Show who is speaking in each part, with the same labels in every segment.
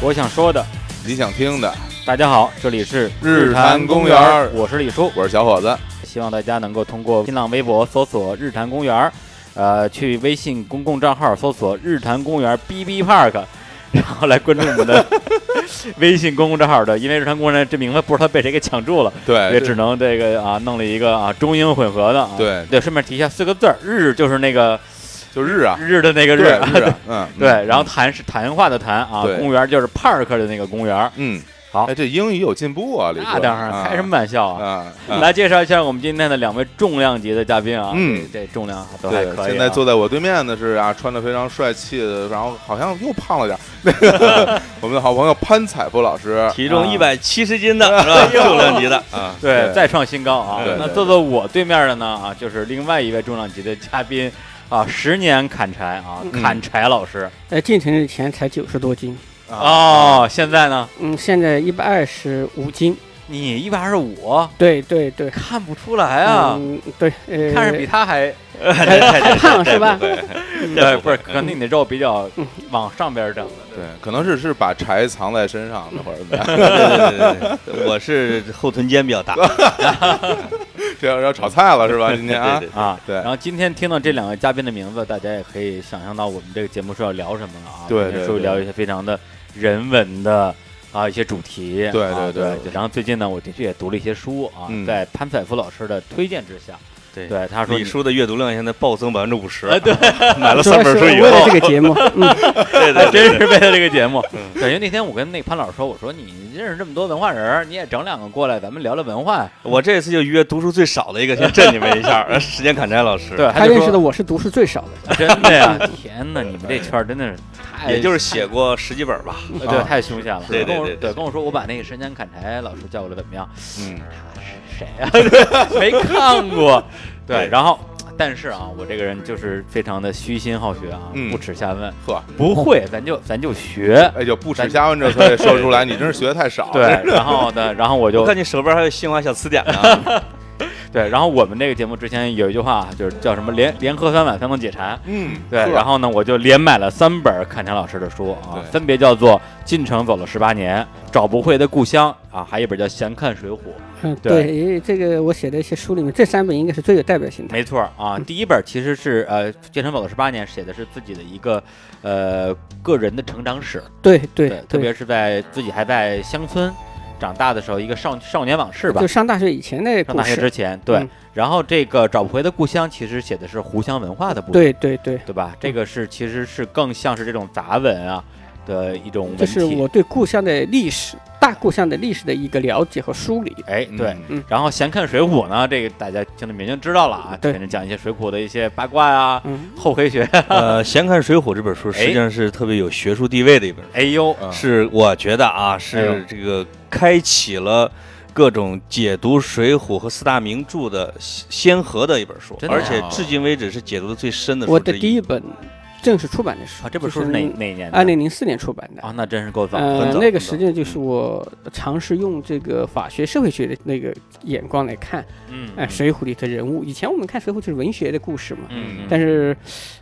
Speaker 1: 我想说的。
Speaker 2: 你想听的，
Speaker 1: 大家好，这里是
Speaker 2: 日坛公园儿
Speaker 1: 我是李叔，
Speaker 2: 我是小伙子，
Speaker 1: 希望大家能够通过新浪微博搜索“日坛公园儿”，呃，去微信公共账号搜索“日坛公园 B B Park”，然后来关注我们 的微信公共账号的，因为日坛公园这名字不知道被谁给抢注了，也
Speaker 2: 对
Speaker 1: 只能这个啊弄了一个啊中英混合的啊。
Speaker 2: 对
Speaker 1: 对，顺便提一下四个字儿，日就是那个
Speaker 2: 就日啊，
Speaker 1: 日的那个
Speaker 2: 对
Speaker 1: 日，
Speaker 2: 日啊，嗯，嗯
Speaker 1: 对，然后谈是谈话的谈啊，
Speaker 2: 对
Speaker 1: 公园就是 park 的那个公园儿。
Speaker 2: 嗯，
Speaker 1: 好
Speaker 2: 哎，这英语有进步啊，李
Speaker 1: 那当然，开什么玩笑啊！
Speaker 2: 啊？啊
Speaker 1: 来介绍一下我们今天的两位重量级的嘉宾啊，
Speaker 2: 嗯
Speaker 1: 这这重量都还
Speaker 2: 对，
Speaker 1: 可以啊、
Speaker 2: 现在坐在我对面的是啊，穿的非常帅气的，然后好像又胖了点儿。 那个我们的好朋友潘采夫老师，
Speaker 3: 体重
Speaker 1: 啊
Speaker 3: 一百七十斤的是吧？重量级的啊，
Speaker 1: 对
Speaker 2: 对
Speaker 1: 再创新高啊
Speaker 2: 对！对
Speaker 1: 那
Speaker 2: 对
Speaker 1: 坐在我对面的呢啊，就是另外一位重量级的嘉宾啊，十年砍柴啊，
Speaker 2: 嗯
Speaker 1: 砍柴老师、
Speaker 4: 呃，进城之前才九十多斤，
Speaker 2: 啊，
Speaker 1: 哦，现在呢
Speaker 4: 嗯，现在一百二十五斤。
Speaker 1: 你一百二十五，
Speaker 4: 对对对，
Speaker 1: 看不出来啊，
Speaker 4: 嗯，对，呃，
Speaker 1: 看着比他还
Speaker 4: 还胖是 吧？
Speaker 3: 对，
Speaker 2: 嗯
Speaker 1: 对，不是，可能你的肉比较往上边整的，
Speaker 2: 对，可能是是把柴藏在身上的，或者怎么样，
Speaker 3: 对对对对对，我是后臀尖比较大，
Speaker 2: 这要要炒菜了是 吧？今天啊
Speaker 3: 对，对对
Speaker 1: 啊，
Speaker 2: 对
Speaker 1: 然后今天听到这两位嘉宾的名字，大家也可以想象到我们这个节目是要聊什么了啊。
Speaker 2: 对
Speaker 1: 今天
Speaker 2: 对
Speaker 1: 是会
Speaker 2: 对
Speaker 1: 聊一些非常的人文的啊一些主题。
Speaker 2: 对
Speaker 1: 啊
Speaker 2: 对
Speaker 1: 对
Speaker 2: 对
Speaker 1: 然后最近呢，我的确也读了一些书啊，
Speaker 2: 嗯
Speaker 1: 在潘采夫老师的推荐之下，
Speaker 3: 对
Speaker 1: 对他说
Speaker 3: 李叔的阅读量现在暴增百分之五十，
Speaker 1: 哎对，
Speaker 3: 买了
Speaker 4: 主
Speaker 3: 三
Speaker 4: 要是
Speaker 3: 本书以
Speaker 4: 为了
Speaker 3: 后，
Speaker 4: 这个 节目，嗯，
Speaker 1: 还
Speaker 3: 对对对，
Speaker 1: 啊真是为了这个节目。感觉那天我跟那潘老师说，我说你认识这么多文化人儿，你也整两个过来，咱们聊聊文化。
Speaker 3: 我这次就约读书最少的一个，先震你们一 下，时间砍柴老师，
Speaker 1: 对，，
Speaker 4: 他
Speaker 1: 就
Speaker 4: 认识的
Speaker 1: 说
Speaker 4: 我是读书最少的，
Speaker 1: 真的呀，天哪，你们这圈儿真的是太
Speaker 3: 也就是写过十几本吧，
Speaker 1: 呃对，
Speaker 2: 啊
Speaker 1: 太凶险了。
Speaker 3: 对对
Speaker 1: 跟我
Speaker 3: 对对
Speaker 1: 对，跟我说我把那个《神剑砍柴》老师叫过来怎么样？
Speaker 2: 嗯，
Speaker 1: 谁呀、 没看过。对，
Speaker 3: 对
Speaker 1: 然后但是啊，我这个人就是非常的虚心好学啊，
Speaker 2: 嗯
Speaker 1: 不耻下问，
Speaker 2: 呵，
Speaker 1: 不会咱就咱就 学。
Speaker 2: 哎，就不耻下问这词儿也说出来，你真是学的太 少。
Speaker 1: 对，然后呢，然后我
Speaker 3: 我
Speaker 1: 就
Speaker 3: 看你手边还有新华小词典呢，
Speaker 1: 对，然后我们这个节目之前有一句话就是叫什么连连喝三碗才能解馋。
Speaker 2: 嗯，
Speaker 1: 对，
Speaker 2: 呵
Speaker 1: 然后呢，我就连买了三本坎田老师的书啊
Speaker 2: 对，
Speaker 1: 分别叫做《进城走了十八年》《找不会的故乡》啊，还有一本叫《闲看水浒》。
Speaker 4: 嗯，
Speaker 1: 对
Speaker 4: 对，因为这个我写的一些书里面，这三本应该是最有代表性的。
Speaker 1: 没错儿啊，
Speaker 4: 嗯
Speaker 1: 第一本其实是呃《健身宝的十八年》写的是自己的一个呃个人的成长史，
Speaker 4: 对对
Speaker 1: 特别是在自己还在乡村长大的时候，一个少少年往事吧
Speaker 4: 就。上大学以前的
Speaker 1: 上
Speaker 4: 故
Speaker 1: 大学之
Speaker 4: 事。
Speaker 1: 前，对，
Speaker 4: 嗯
Speaker 1: 然后这个找不回的故乡其实写的是湖湘文化的部分，
Speaker 4: 对嗯对对，
Speaker 1: 对吧？这个是其实是更像是这种杂文啊的一种文体。
Speaker 4: 这是我对故乡的历史、大故乡的历史的一个了解和梳理。
Speaker 1: 哎，
Speaker 2: 嗯
Speaker 1: 对，然后闲看水浒呢，这个大家听得明明知道了啊，
Speaker 4: 对
Speaker 1: 肯定讲一些水浒的一些八卦啊、
Speaker 4: 嗯，
Speaker 1: 厚黑学。
Speaker 3: 呃，《闲看水浒》这本书实际上是特别有学术地位的一本书。
Speaker 1: 哎呦，
Speaker 2: 啊
Speaker 3: 是我觉得啊，
Speaker 1: 哎呦
Speaker 3: 是这个开启了各种解读《水浒》和四大名著的先先河的一本书
Speaker 1: 真，的啊
Speaker 3: 而且至今为止是解读的最深的书
Speaker 4: 我的
Speaker 3: 之
Speaker 4: 第
Speaker 3: 一。
Speaker 4: 一本正式出版的书
Speaker 1: 啊，这本书是哪
Speaker 4: 就是
Speaker 1: 哪年的？
Speaker 4: 二零零四年出版的
Speaker 1: 啊，那真是够早，
Speaker 4: 呃
Speaker 1: 很，早。
Speaker 4: 那个
Speaker 1: 很早
Speaker 4: 实际上就是我尝试用这个法学、社会学的那个眼光来看，
Speaker 1: 嗯
Speaker 4: 哎、水浒》里的人物。以前我们看《水浒》就是文学的故事嘛，
Speaker 1: 嗯，
Speaker 4: 但是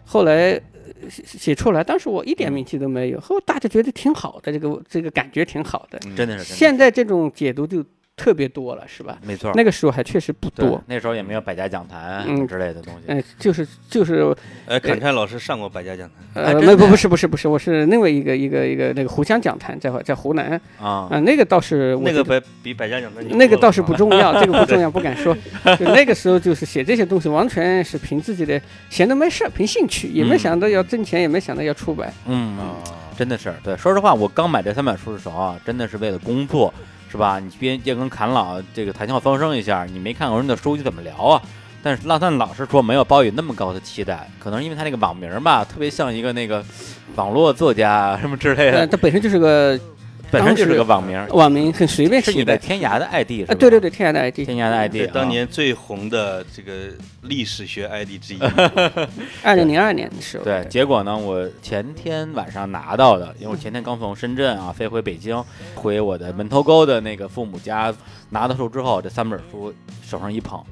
Speaker 4: 后来呃写写出来，当时我一
Speaker 1: 嗯
Speaker 4: 点名气都没有，后来大家觉得挺好的，这个这个感觉挺好的。
Speaker 1: 嗯真的是真的
Speaker 4: 现在这种解读就特别多了，是吧？
Speaker 1: 是没错，
Speaker 4: 那个时候还确实不
Speaker 1: 对
Speaker 4: 多。
Speaker 1: 那时候也没有百家讲坛
Speaker 4: 嗯
Speaker 1: 之类的东西。
Speaker 4: 嗯、就是就是，
Speaker 3: 哎，砍柴老师上过百家讲坛，
Speaker 1: 哎
Speaker 4: 呃，
Speaker 1: 真
Speaker 4: 没不
Speaker 1: 的
Speaker 4: 不是不是不是，我是另外一个一个一个那个湖湘讲坛，在在湖南，
Speaker 1: 啊
Speaker 4: 啊、，那个倒是我
Speaker 3: 那
Speaker 4: 觉
Speaker 3: 个百比百家讲坛牛
Speaker 4: 那
Speaker 3: 多
Speaker 4: 个
Speaker 3: 了
Speaker 4: 倒是
Speaker 3: 吧
Speaker 4: 不啊重要，这个不重要，不敢说。就那个时候就是写这些东西，完全是凭自己的闲着没事儿，凭兴趣，也没
Speaker 1: 嗯
Speaker 4: 想到要挣钱，也没想到要出版。
Speaker 1: 嗯，
Speaker 2: 啊
Speaker 1: 真的是对。说实话，我刚买这三本书的时候啊，真的是为了工作，是吧？你别要跟侃老这个谈笑风生一下，你没看过人的书，你怎么聊啊？但是浪蛋老师说没有抱有那么高的期待，可能是因为他那个网名吧，特别像一个那个网络作家什么之类
Speaker 4: 呃，
Speaker 1: 的，
Speaker 4: 它本身就是个
Speaker 1: 本身就是
Speaker 4: 当时
Speaker 1: 个网名，
Speaker 4: 网名，很随便
Speaker 1: 是
Speaker 4: 起
Speaker 1: 你的
Speaker 4: 的。
Speaker 1: 天涯的 ID 是吧？
Speaker 4: 啊，对对对，天涯的 ID，
Speaker 1: 天涯的 ID
Speaker 3: 是
Speaker 1: 啊
Speaker 3: 当年最红的这个历史学 ID 之一。
Speaker 4: 二零零二年的时候。
Speaker 1: 对，结果呢，我前天晚上拿到的，因为我前天刚从深圳啊飞回北京，回我的门头沟的那个父母家，拿到手之后，这三本书手上一捧，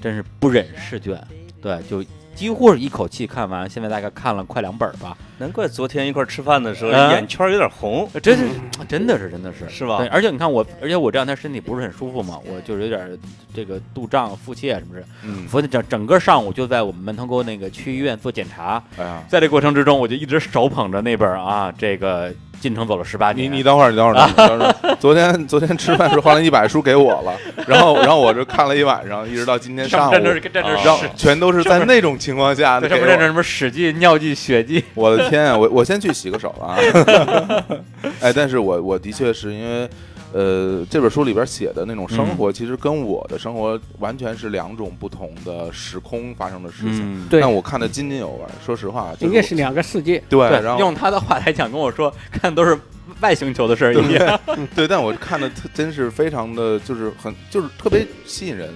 Speaker 1: 真是不忍释卷。对，就几乎是一口气看完，现在大概看了快两本儿吧，
Speaker 3: 难怪昨天一块儿吃饭的时候
Speaker 1: 啊
Speaker 3: 眼圈儿有点红，
Speaker 1: 呃真是真的是真的是
Speaker 3: 是吧
Speaker 1: 对，而且你看我，而且我这两天身体不是很舒服嘛，我就是有点儿这个肚胀、腹泻什么的。
Speaker 2: 嗯，
Speaker 1: 我整整个上午就在我们门头沟那个区医院做检查，
Speaker 2: 哎呀，
Speaker 1: 在这过程之中，我就一直手捧着那本儿啊，这个《进城走了十八
Speaker 2: 你
Speaker 1: 年》。
Speaker 2: 你等会儿，你等会儿，你等会 儿。昨天昨天吃饭时候花了一百书给我了，然后然后我就看了一晚上，一直到今天上午，
Speaker 1: 站这儿站这儿
Speaker 3: 啊
Speaker 2: 然后
Speaker 1: 使，
Speaker 2: 全都是在那种情况下
Speaker 1: 对
Speaker 2: 给
Speaker 1: 上面站着
Speaker 2: 我。
Speaker 1: 什么史记、尿记、血记，
Speaker 2: 我的天啊，我我先去洗个手 了啊。哎，但是我我的确是因为。呃，这本书里边写的那种
Speaker 4: 嗯
Speaker 2: 生活，其实跟我的生活完全是两种不同的时空发生的事情。
Speaker 1: 嗯，
Speaker 4: 对
Speaker 2: 但我看的津津有味，说实话，就
Speaker 4: 应该是两个世界。
Speaker 2: 对，然
Speaker 1: 对，
Speaker 2: 后
Speaker 1: 用他的话来讲跟我说，看都是外星球的事儿一样。
Speaker 2: 对，但我看的特真是非常的，就是很就是特别吸引人。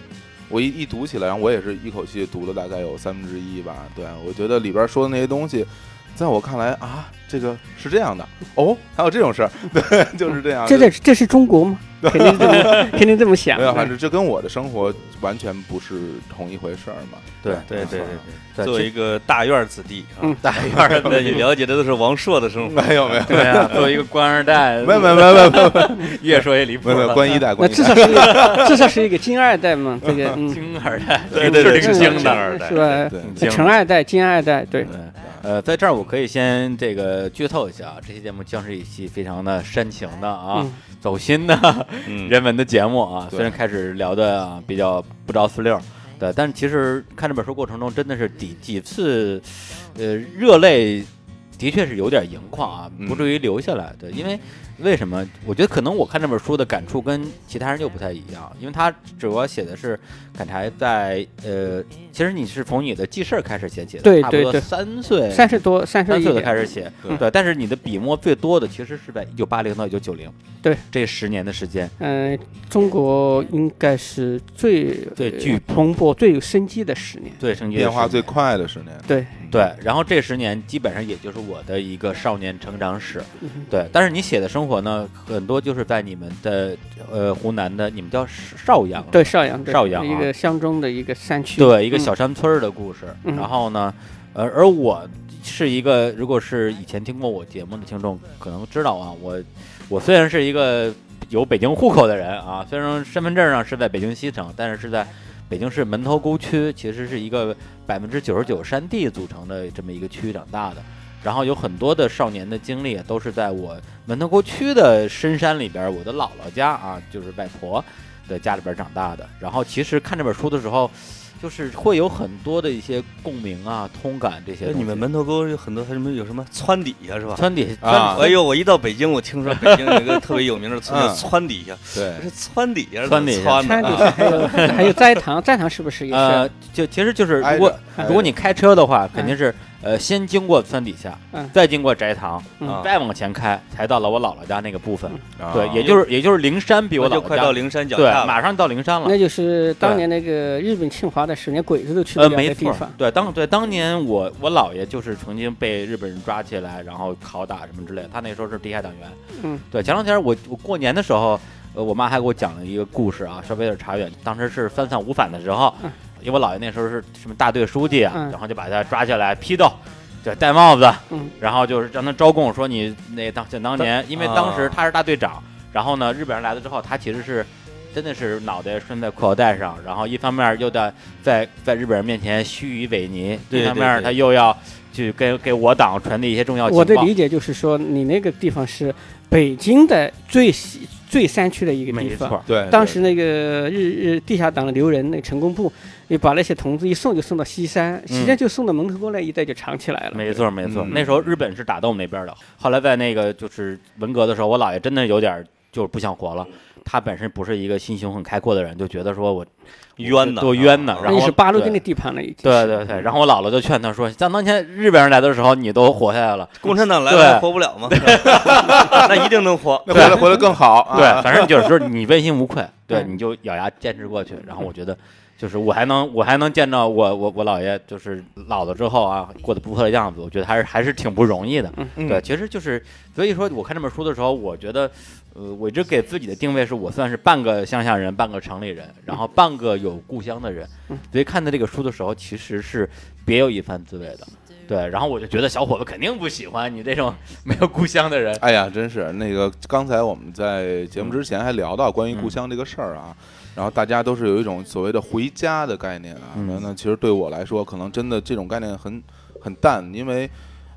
Speaker 2: 我一一读起来，然后我也是一口气读了大概有三分之一吧。对，啊我觉得里边说的那些东西，在我看来啊，这个是这样的哦，还有这种事儿， 啊对，就是这样。
Speaker 4: 这这这是中国吗？肯定这么肯定这么想
Speaker 2: 没有，反
Speaker 4: 的。
Speaker 2: 正这跟我的生活完全不是同一回事儿嘛。
Speaker 1: 对
Speaker 3: 对对对
Speaker 1: 对
Speaker 3: 作为一个大院儿子弟啊，
Speaker 4: 嗯
Speaker 3: 大院儿 的你了解的都是王朔的生 活。
Speaker 2: 没 有没有
Speaker 1: 对啊，作为一个官二代，
Speaker 2: 没有没有没有没有没有
Speaker 1: 越说越离谱
Speaker 2: 没有没有
Speaker 1: 了。
Speaker 2: 关一代
Speaker 4: 那
Speaker 2: 关一
Speaker 4: 至
Speaker 2: 代，
Speaker 4: 少是一个至少是一个金二代嘛，这个嗯，
Speaker 1: 星二代，
Speaker 3: 对
Speaker 1: 是
Speaker 3: 对对
Speaker 1: 挺
Speaker 3: 是
Speaker 1: 精
Speaker 3: 金
Speaker 1: 的。
Speaker 3: 二代
Speaker 4: 是吧？
Speaker 2: 对，
Speaker 1: 精
Speaker 4: 陈二代、金二代，对，
Speaker 1: 对，呃，在这儿我可以先这个剧透一下啊，这期节目将是一期非常的煽情的啊、
Speaker 4: 嗯
Speaker 1: 走心的
Speaker 3: 嗯，
Speaker 1: 人文的节目啊。
Speaker 2: 对
Speaker 1: 虽
Speaker 2: 哎
Speaker 1: 然开始聊的、啊、比较不着四六，对，但是其实看这本书过程中，真的是几几次，呃，热泪的确是有点盈眶啊，
Speaker 2: 嗯
Speaker 1: 不至于流下来。对，因为为什么？我觉得可能我看这本书的感触跟其他人就不太一样，因为它主要写的是砍柴在呃，其实你是从你的记事儿开始写起的，
Speaker 4: 对
Speaker 1: 差不多
Speaker 4: 对对
Speaker 1: 三岁
Speaker 4: 三十嗯多、三十
Speaker 1: 三
Speaker 4: 一
Speaker 1: 岁的
Speaker 4: 点
Speaker 1: 开始写，
Speaker 2: 对
Speaker 1: 对，但是你的笔墨最多的其实是在一九八零到一九九零，
Speaker 4: 对，
Speaker 1: 这十年的时间，
Speaker 4: 嗯、中国应该是最
Speaker 1: 最
Speaker 4: 呃
Speaker 1: 具
Speaker 4: 蓬勃、最有生机的十年。
Speaker 1: 对，升级的
Speaker 2: 变化
Speaker 1: 十
Speaker 2: 最
Speaker 1: 年
Speaker 2: 快的十年，
Speaker 4: 对，
Speaker 1: 对，然后这十年基本上也就是我的一个少年成长史，
Speaker 4: 嗯
Speaker 1: 对，但是你写的生活呢，很多就是在你们的呃湖南的，你们叫邵阳，
Speaker 4: 对，邵阳，对
Speaker 1: 邵阳啊
Speaker 4: 一个乡中的一个山区，
Speaker 1: 对，一个
Speaker 4: 嗯
Speaker 1: 小山村儿的故事。
Speaker 4: 嗯
Speaker 1: 然后呢，呃，而我是一个，如果是以前听过我节目的听众，可能知道啊，我我虽然是一个有北京户口的人啊，虽然身份证上是在北京西城，但是是在。北京市门头沟区其实是一个百分之九十九山地组成的这么一个区域长大的，然后有很多的少年的经历都是在我门头沟区的深山里边儿，我的姥姥家啊，就是外婆的家里边儿长大的。然后其实看这本书的时候，就是会有很多的一些共鸣啊、通感这些
Speaker 3: 哎
Speaker 1: 东西。
Speaker 3: 你们门头沟有很多什么有什么川底下是吧？
Speaker 1: 村底
Speaker 2: 啊
Speaker 3: 哎呦，我一到北京，我听说北京有一个特别有名的村
Speaker 2: 嗯
Speaker 3: 叫川底下，
Speaker 2: 对
Speaker 3: 这川底下是
Speaker 1: 川底下
Speaker 3: 川
Speaker 4: 山
Speaker 3: 的
Speaker 4: 里
Speaker 3: 啊，
Speaker 4: 还有 还有斋堂，斋堂是不是也是？
Speaker 1: 呃，就其实就是
Speaker 2: 挨
Speaker 1: 如果
Speaker 2: 着挨
Speaker 1: 如果
Speaker 2: 着
Speaker 1: 你开车的
Speaker 3: 嗯
Speaker 1: 话，肯定是呃先经过村底下，
Speaker 4: 嗯
Speaker 1: 再经过宅堂，
Speaker 4: 嗯
Speaker 3: 啊
Speaker 1: 再往前开才到了我姥姥家那个部
Speaker 3: 嗯
Speaker 1: 分。
Speaker 2: 啊
Speaker 1: 对，也就是也就是灵山比我
Speaker 3: 我
Speaker 1: 姥
Speaker 3: 就
Speaker 1: 姥
Speaker 3: 快到
Speaker 1: 家
Speaker 3: 灵山脚
Speaker 1: 对，
Speaker 3: 下了。
Speaker 1: 马上到灵山了呃
Speaker 4: 那。就是当
Speaker 1: 对
Speaker 4: 年那个日本侵华的时候，连鬼子都去不
Speaker 1: 呃，
Speaker 4: 了
Speaker 1: 没
Speaker 4: 的
Speaker 1: 错
Speaker 4: 地
Speaker 1: 儿
Speaker 4: 方，。
Speaker 1: 对，当对当年我我姥爷就是曾经被日本人抓起来，然后拷打什么之类的。他那时候是地下党员。
Speaker 4: 嗯，
Speaker 1: 对。前两天我我过年的时候，呃，我妈还给我讲了一个故事啊，稍微有点查远。当时是三反五反的时候，
Speaker 4: 嗯
Speaker 1: 因为我姥爷那时候是什么大队书记啊，
Speaker 4: 嗯
Speaker 1: 然后就把他抓起来批斗。对，戴帽子，
Speaker 4: 嗯
Speaker 1: 然后就是让他招供，说你那当想当年，因为当时
Speaker 3: 啊
Speaker 1: 他是大队长，然后呢，日本人来了之后，他其实是真的是脑袋拴在裤腰带上，然后一方面又在在在日本人面前虚与委蛇，
Speaker 3: 对
Speaker 1: 一方
Speaker 3: 对
Speaker 1: 面
Speaker 3: 对
Speaker 1: 他又要去给给我党传递一些重啊要情
Speaker 4: 我的
Speaker 1: 报。
Speaker 4: 理解就是说，你那个地方是北京的最西最山区的一个
Speaker 1: 没
Speaker 4: 地方。
Speaker 1: 错，
Speaker 2: 对，
Speaker 4: 当时那个日日地下党的留人，那个陈公部，也把那些同志一送就送到西山，西山就送到门头沟那一带就藏起来了。
Speaker 1: 嗯没错，没错。
Speaker 2: 嗯
Speaker 1: 那时候日本是打到我们那边的，后来在那个就是文革的时候，我姥爷真的有点儿就是不想活了。他本身不是一个心胸很开阔的人，就觉得说我
Speaker 3: 冤呐，
Speaker 1: 多冤呐
Speaker 3: 啊
Speaker 1: 然
Speaker 4: 那
Speaker 1: 后
Speaker 4: 也是八路
Speaker 1: 对
Speaker 4: 军的地盘了，已经。
Speaker 1: 对对对，然后我姥姥就劝他说：“像当年日本人来的时候，你都活下来了，
Speaker 3: 共产党来
Speaker 1: 对
Speaker 3: 了还活不了吗？ 那一定 能活。
Speaker 2: 那回来回来更好啊。
Speaker 1: 对，反正就是说你问心无愧，对，
Speaker 4: 嗯
Speaker 1: 你就咬牙坚持过去。”然后我觉得就是我还能我还能见到我我我姥爷就是老了之后啊过得不错的样子，我觉得还是还是挺不容易的。
Speaker 2: 嗯
Speaker 1: 对，其实就是所以说，我看这本书的时候，我觉得，呃，我这给自己的定位是我算是半个乡下人，半个城里人，然后半个有故乡的人
Speaker 4: 嗯，
Speaker 1: 所以看的这个书的时候，其实是别有一番滋味的。对，然后我就觉得小伙子肯定不喜欢你这种没有故乡的人。
Speaker 2: 哎呀，真是那个，刚才我们在节目之前还聊到关于故乡这个事儿啊，然后大家都是有一种所谓的回家的概念啊。
Speaker 1: 嗯
Speaker 2: 那那其实对我来说，可能真的这种概念很很淡，因为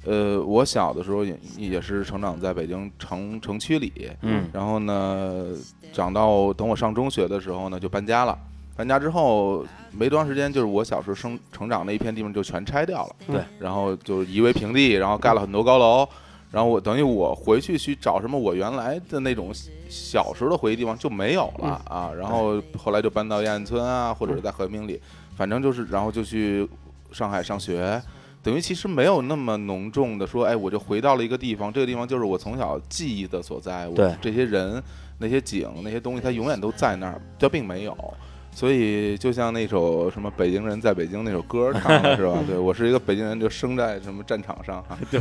Speaker 2: 呃，我小的时候也也是成长在北京城城区里，
Speaker 1: 嗯
Speaker 2: 然后呢，长到等我上中学的时候呢，就搬家了。搬家之后没多长时间，就是我小时候生成长那一片地方就全拆掉了，
Speaker 4: 对，
Speaker 2: 然后就夷为平地，然后盖了很多高楼，然后我等于我回去去找什么我原来的那种小时候的回忆地方就没有了啊，然后后来就搬到燕安村啊，或者是在和平里，反正就是然后就去上海上学，等于其实没有那么浓重的说，哎，我就回到了一个地方，这个地方就是我从小记忆的所在，
Speaker 1: 对
Speaker 2: 我这些人、那些景、那些东西，它永远都在那儿，它并没有。所以，就像那首什么《北京人在北京》那首歌唱的是吧？对我是一个北京人，就生在什么战场上啊，
Speaker 1: 对，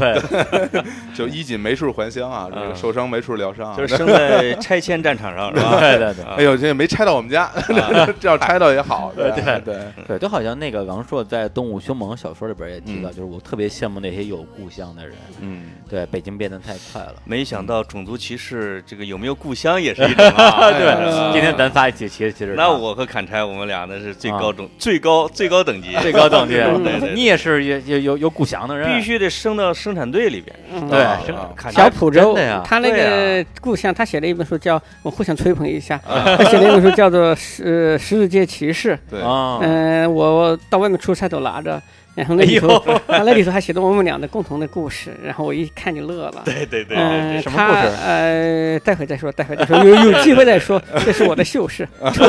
Speaker 2: 就衣锦没处还乡啊，这个
Speaker 3: 嗯
Speaker 2: 受伤没处疗伤啊。
Speaker 3: 就是生在拆迁战场上，是吧？
Speaker 1: 对对对
Speaker 3: 啊
Speaker 2: 哎呦，这也没拆到我们家， 这要拆到也好。对吧
Speaker 1: 对
Speaker 2: 对，
Speaker 1: 对，就好像那个王朔在《动物凶猛》小说里边也提到，就是我特别羡慕那些有故乡的人。
Speaker 2: 嗯，
Speaker 1: 对，北京变得太快了。
Speaker 3: 没想到种族歧视，这个有没有故乡也是一种 啊。
Speaker 2: 对
Speaker 3: 啊
Speaker 1: 今天咱仨一起骑着骑着，
Speaker 3: 那我和砍柴，我们俩那是最高等、最高最高等 级，
Speaker 1: 啊最高等级
Speaker 3: 对对，对
Speaker 1: 你也是有有有有故乡的人，啊
Speaker 3: 必须得升到生产队里边。
Speaker 4: 嗯
Speaker 1: 对
Speaker 2: 啊
Speaker 1: 生
Speaker 2: 啊
Speaker 3: 砍柴
Speaker 4: 小浦州
Speaker 1: 真的呀，
Speaker 4: 他那
Speaker 3: 对
Speaker 1: 啊
Speaker 4: 个故乡，他写了一本书叫我互相吹捧一下，他写了一本书叫做《十呃十字街骑士》。
Speaker 2: 对，
Speaker 1: 啊，
Speaker 4: 嗯，我到外面出差都拿着，然后那里头，
Speaker 1: 哎
Speaker 4: 他那里头还写了我们俩的共同的故事，然后我一看就乐 了。
Speaker 3: 对对对对
Speaker 4: 嗯，
Speaker 1: 什么故事啊
Speaker 4: 他呃，待会再说，待会再说，有有机会再说。这是我的秀事，然后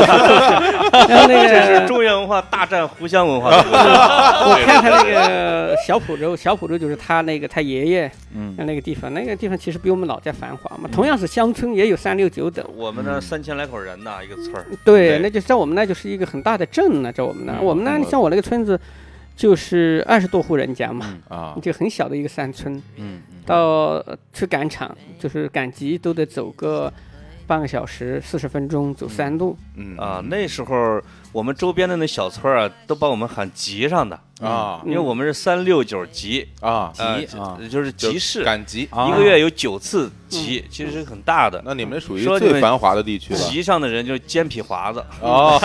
Speaker 4: 那
Speaker 3: 对，这是
Speaker 4: 个，
Speaker 3: 中原文化大战湖湘文化的故事。
Speaker 4: 我
Speaker 3: 对对
Speaker 4: 看他那个小浦州，小浦州就是他那个他爷爷
Speaker 1: 嗯
Speaker 4: 那个地方，那个地方其实比我们老家繁华嘛，同样是乡村，也有三六九等。
Speaker 3: 我们那三千来口人呐，一个村儿。
Speaker 4: 对
Speaker 3: 对，
Speaker 4: 那就在我们那就是一个很大的镇呢，在我们那，
Speaker 1: 嗯
Speaker 4: 我们那
Speaker 2: 我
Speaker 4: 像我那个村子，就是二十多户人家嘛，
Speaker 2: 啊，
Speaker 4: 就很小的一个山村，
Speaker 1: 嗯，
Speaker 4: 到呃去赶场就是赶集都得走个半个小时、四十分钟，走山路。
Speaker 2: 嗯
Speaker 3: 啊，那时候我们周边的那小村儿啊，都把我们喊集上的，
Speaker 2: 啊
Speaker 3: 因为我们是三六九集，
Speaker 2: 啊，
Speaker 1: 集
Speaker 3: 呃
Speaker 1: 啊
Speaker 3: 就是
Speaker 2: 就
Speaker 3: 集市，
Speaker 2: 赶集
Speaker 1: 啊
Speaker 3: 一个月有九次集，其实是很大的。
Speaker 2: 那你们这属于
Speaker 3: 说你
Speaker 2: 最
Speaker 3: 们
Speaker 2: 繁华的地区了
Speaker 3: 集上的人就是尖皮华子，
Speaker 2: 哦，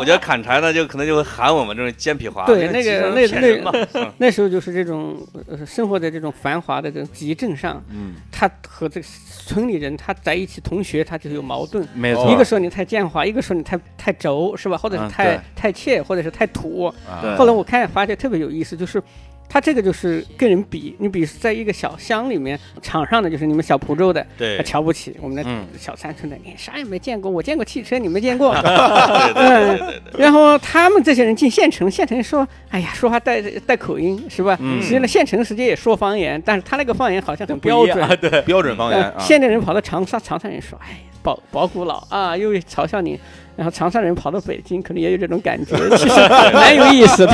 Speaker 3: 我觉得砍柴呢就可能就会喊我们这种尖皮华子，
Speaker 4: 对那个那
Speaker 3: 集上骗人嘛，嗯
Speaker 4: 那时候就是这种呃生活在这种繁华的这种集镇上，
Speaker 1: 嗯，
Speaker 4: 他和这个村里人他在一起同学，他就有矛盾。
Speaker 1: 没
Speaker 2: 哦
Speaker 1: 错，
Speaker 4: 一个说你太奸猾，一个说你太太轴，是吧？或者
Speaker 1: 嗯
Speaker 4: 是太、
Speaker 1: 对
Speaker 4: 太怯，或者是太土。
Speaker 1: 对
Speaker 4: 后来我看发现特别有意思，就是他这个就是跟人比，你比在一个小乡里面，场上的就是你们小浦州的，啊
Speaker 3: 对
Speaker 4: 他瞧不起我们
Speaker 1: 嗯
Speaker 4: 那小山村的，你啥也没见过，我见过汽车，你没见过。嗯
Speaker 3: 对对对对对，
Speaker 4: 然后他们这些人进县城，县城说，哎呀，说话带带口音是吧？
Speaker 1: 嗯
Speaker 4: 实际上县城实际也说方言，但是他那个方言好像很标准。
Speaker 1: 对，
Speaker 2: 标
Speaker 3: 嗯
Speaker 2: 准方言
Speaker 4: 呃
Speaker 2: 啊，
Speaker 4: 县城人跑到长沙，长沙人说，哎，宝宝古老啊，又嘲笑你。然后长沙人跑到北京，可能也有这种感觉，其实蛮有意思的。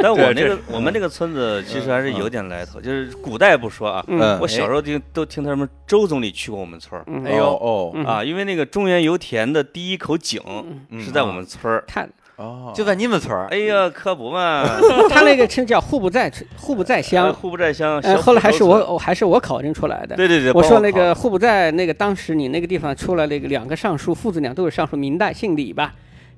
Speaker 3: 但我那
Speaker 1: 对
Speaker 3: 个我们那个村子其实还是有点来头，就是古代不说啊，
Speaker 2: 嗯
Speaker 4: 哎
Speaker 3: 我小时候听都听他们周总理去过我们村儿
Speaker 4: 嗯
Speaker 1: 哎呦
Speaker 2: 哦
Speaker 4: 嗯
Speaker 3: 啊，因为那个中原油田的第一口井
Speaker 2: 嗯
Speaker 3: 是在我们村儿。
Speaker 4: 他
Speaker 2: 哦，
Speaker 1: 嗯就在你们村儿，
Speaker 3: 哎呀，可不 嘛，
Speaker 4: 他那个称叫户部寨村，户部寨乡。
Speaker 3: 户部寨乡。
Speaker 4: 呃，
Speaker 3: 小
Speaker 4: 后来还
Speaker 3: 土
Speaker 4: 是
Speaker 3: 楼村
Speaker 4: 我，我还是我考证出来的。
Speaker 3: 对对对，
Speaker 4: 我
Speaker 3: 帮
Speaker 4: 说那个
Speaker 3: 考
Speaker 4: 户部寨，那个当时你那个地方出了那个两个尚书，父子俩都有尚书，明代姓李吧，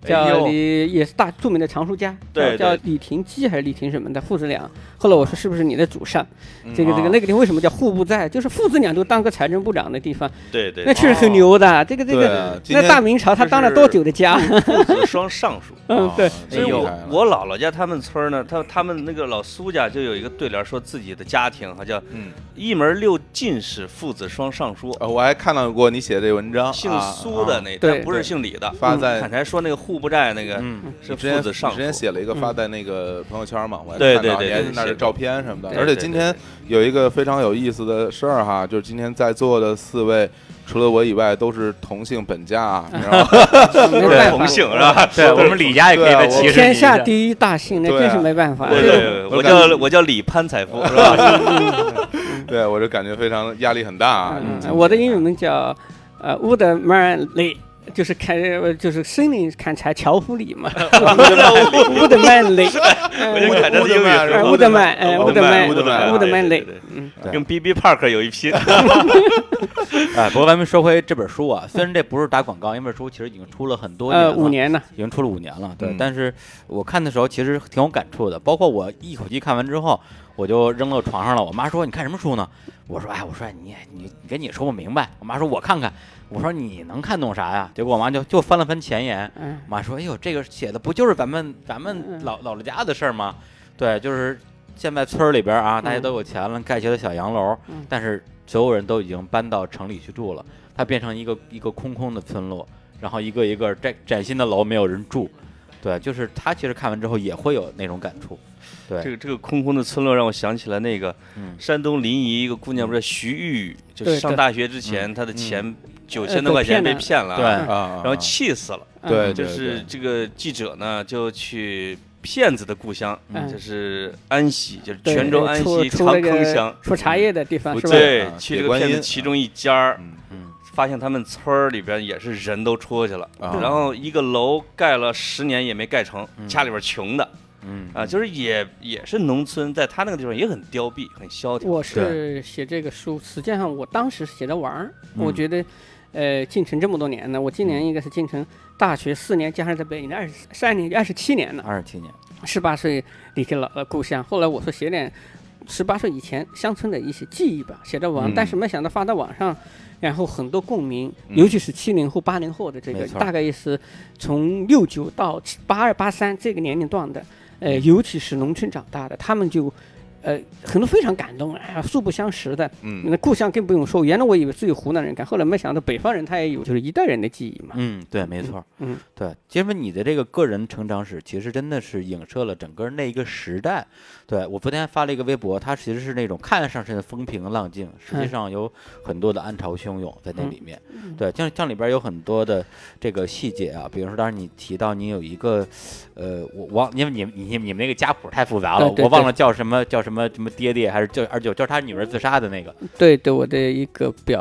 Speaker 3: 哎呦
Speaker 4: 叫李，也是大著名的藏书家，
Speaker 3: 对
Speaker 4: 叫
Speaker 3: 对
Speaker 4: 叫李廷基还是李廷什么的，父子俩。后来我说是不是你的祖上？
Speaker 2: 嗯
Speaker 4: 这个这
Speaker 2: 哦
Speaker 1: 啊
Speaker 4: 个那个地方为什么叫户部寨？就是父子俩都当过财政部长的地方，
Speaker 3: 对对
Speaker 4: 那，确实很牛的。这个这
Speaker 2: 对啊
Speaker 4: 个，
Speaker 2: 今
Speaker 4: 那
Speaker 2: 天
Speaker 4: 大明朝他当了多久的 家？
Speaker 3: 父子双尚 书。
Speaker 2: 哦
Speaker 4: 嗯，对，
Speaker 3: 所以
Speaker 1: 哎呦
Speaker 3: 我我姥姥家他们村儿呢，他他们那个老苏家就有一个对联，说自己的家庭哈叫
Speaker 2: 嗯，
Speaker 3: 一门六进士，父子双尚书，
Speaker 2: 呃我还看到过你写的这文章，
Speaker 3: 姓
Speaker 2: 啊
Speaker 3: 苏的那，
Speaker 4: 对
Speaker 3: 但不是姓李的。
Speaker 2: 发在
Speaker 3: 砍柴说那个户户部寨那个
Speaker 1: 嗯，
Speaker 3: 是
Speaker 2: 之
Speaker 3: 父
Speaker 2: 前
Speaker 3: 子上
Speaker 2: 之前
Speaker 3: 父
Speaker 2: 写了一个发
Speaker 4: 嗯
Speaker 2: 在那个朋友圈嘛，我也
Speaker 3: 对
Speaker 2: 看
Speaker 3: 对
Speaker 2: 到
Speaker 3: 对
Speaker 2: 你
Speaker 3: 对
Speaker 2: 还那儿
Speaker 3: 写
Speaker 2: 的
Speaker 3: 的
Speaker 2: 照片什么的。
Speaker 3: 对
Speaker 2: 而且
Speaker 3: 对
Speaker 2: 今
Speaker 3: 对
Speaker 2: 天有一个非常有意思的事儿哈，就是今天在座的四位，除了我以外都是同性本嫁，你知道吗？
Speaker 4: 没
Speaker 3: 对
Speaker 4: 办
Speaker 3: 同
Speaker 4: 法，
Speaker 3: 性是吧？
Speaker 1: 对我们李家也可以再
Speaker 2: 对
Speaker 1: 歧视你一下
Speaker 4: 天下第一大姓，那
Speaker 2: 对啊
Speaker 4: 真是没办法。
Speaker 3: 对
Speaker 4: 这
Speaker 3: 对，
Speaker 4: 个
Speaker 3: 对
Speaker 2: 我
Speaker 3: 我
Speaker 2: 感觉
Speaker 3: 叫我叫李潘采夫是吧？
Speaker 2: 对我就感觉非常压力很大啊。
Speaker 4: 嗯我的英语名叫呃 Woodmanley，就是砍呃就是森林砍柴樵夫 李嘛，Woodmanley，
Speaker 3: 我就看着英语
Speaker 2: 哎
Speaker 3: 是吧
Speaker 4: 呃
Speaker 3: 哦
Speaker 4: 乌德曼，哎，乌德曼，
Speaker 3: 乌德曼
Speaker 4: 乌德曼
Speaker 3: 哎对对
Speaker 4: 雷
Speaker 3: 对，
Speaker 4: 嗯，
Speaker 2: 对
Speaker 3: 用 B B Park 有一拼。
Speaker 1: 哎，不过咱们说回这本书啊，虽然这不是打广告，因为这书其实已经出了很多年
Speaker 4: 呃，
Speaker 1: 了，
Speaker 4: 五年呢，
Speaker 1: 已经出了五年了，对。
Speaker 2: 嗯
Speaker 1: 但是我看的时候其实挺有感触的，包括我一口气看完之后，我就扔到床上了。我妈说：“你看什么书呢？”我说：“哎，我说哎你你你跟你说不明白。”我妈说：“我看看。”我说：“你能看懂啥呀？”结果我妈就就翻了翻前言，
Speaker 4: 嗯，
Speaker 1: 我妈说：“哎呦，这个写的不就是咱们咱们
Speaker 4: 嗯
Speaker 1: 老老了家的事儿吗？对，就是现在村儿里边儿啊，大家
Speaker 4: 嗯
Speaker 1: 都有钱了，盖起了小洋楼，
Speaker 4: 嗯
Speaker 1: 但是所有人都已经搬到城里去住了，它变成一个一个空空的村落，然后一个一个崭崭新的楼没有人住，对，就是他其实看完之后也会有那种感触，对，
Speaker 3: 这个这个空空的村落让我想起来那个
Speaker 1: 嗯，
Speaker 3: 山东临沂一个姑娘，不是徐玉，就是
Speaker 4: 对
Speaker 3: 上
Speaker 4: 对
Speaker 3: 大学之前，她的钱九千
Speaker 4: 呃
Speaker 3: 多块钱
Speaker 4: 被
Speaker 3: 被
Speaker 4: 骗了
Speaker 3: 骗了，
Speaker 1: 对，，
Speaker 2: 啊，
Speaker 3: 然后气死了。
Speaker 4: 嗯
Speaker 2: 对，
Speaker 3: 就
Speaker 2: 对
Speaker 3: 是这个记者呢，就去骗子的故乡，
Speaker 4: 嗯
Speaker 3: 就是安溪，就是
Speaker 4: 对
Speaker 3: 泉州安
Speaker 4: 出
Speaker 3: 溪
Speaker 4: 出
Speaker 3: 长
Speaker 4: 那
Speaker 3: 坑
Speaker 4: 个
Speaker 3: 乡。嗯
Speaker 4: 出茶叶的地方是吧？
Speaker 3: 对
Speaker 2: 啊，
Speaker 3: 去
Speaker 2: 铁
Speaker 3: 这个
Speaker 2: 观
Speaker 3: 骗子
Speaker 2: 音
Speaker 3: 其中一家儿，
Speaker 2: 嗯
Speaker 1: 嗯
Speaker 3: 发现他们村儿里边也是人都出去了，
Speaker 2: 啊
Speaker 4: 嗯
Speaker 3: 然后一个楼盖了十年也没盖成，
Speaker 1: 嗯
Speaker 3: 家里边穷的
Speaker 1: 嗯
Speaker 3: 啊，就是也也是农村，在他那个地方也很凋敝，很萧 条。
Speaker 4: 我是写这个书，实际上我当时写着玩儿，
Speaker 1: 嗯
Speaker 4: 我觉得，呃，进城这么多年呢，我今
Speaker 3: 嗯
Speaker 4: 年应该是进城大学四年，加上在北京的二十三年，二十七年了，
Speaker 1: 二十七年，
Speaker 4: 十八岁离开了呃故乡。后来我说写点十八岁以前乡村的一些记忆吧，写着玩儿，
Speaker 2: 嗯
Speaker 4: 但是没想到发到网上，然后很多共鸣，
Speaker 2: 嗯
Speaker 4: 尤其是七零后、八零后的这
Speaker 1: 没
Speaker 4: 个，
Speaker 1: 错
Speaker 4: 大概也是从六九到八二、八三这个年龄段的，呃，尤其是农村长大的，他们就。呃，很多非常感动，哎呀，素不相识的，
Speaker 2: 嗯
Speaker 4: 那故乡更不用说。原来我以为只有湖南人干，后来没想到北方人他也有，就是一代人的记忆嘛。
Speaker 1: 嗯，对，没错，
Speaker 4: 嗯，
Speaker 1: 对，因为你的这个个人成长史，其实真的是影射了整个那一个时代。对我昨天发了一个微博，它其实是那种看上去风平浪静，实际
Speaker 4: 嗯
Speaker 1: 上有很多的暗潮汹涌在那里面。
Speaker 4: 嗯
Speaker 1: 对，像像里边有很多的这个细节啊，比如说当时你提到你有一个，呃，我忘，因为你们你你们那个家谱太复杂了，
Speaker 4: 对对
Speaker 1: 我忘
Speaker 4: 对
Speaker 1: 了叫什么叫什么什么爹爹，还是叫二舅，就是他女儿自杀的那个，
Speaker 4: 对对，我的一个表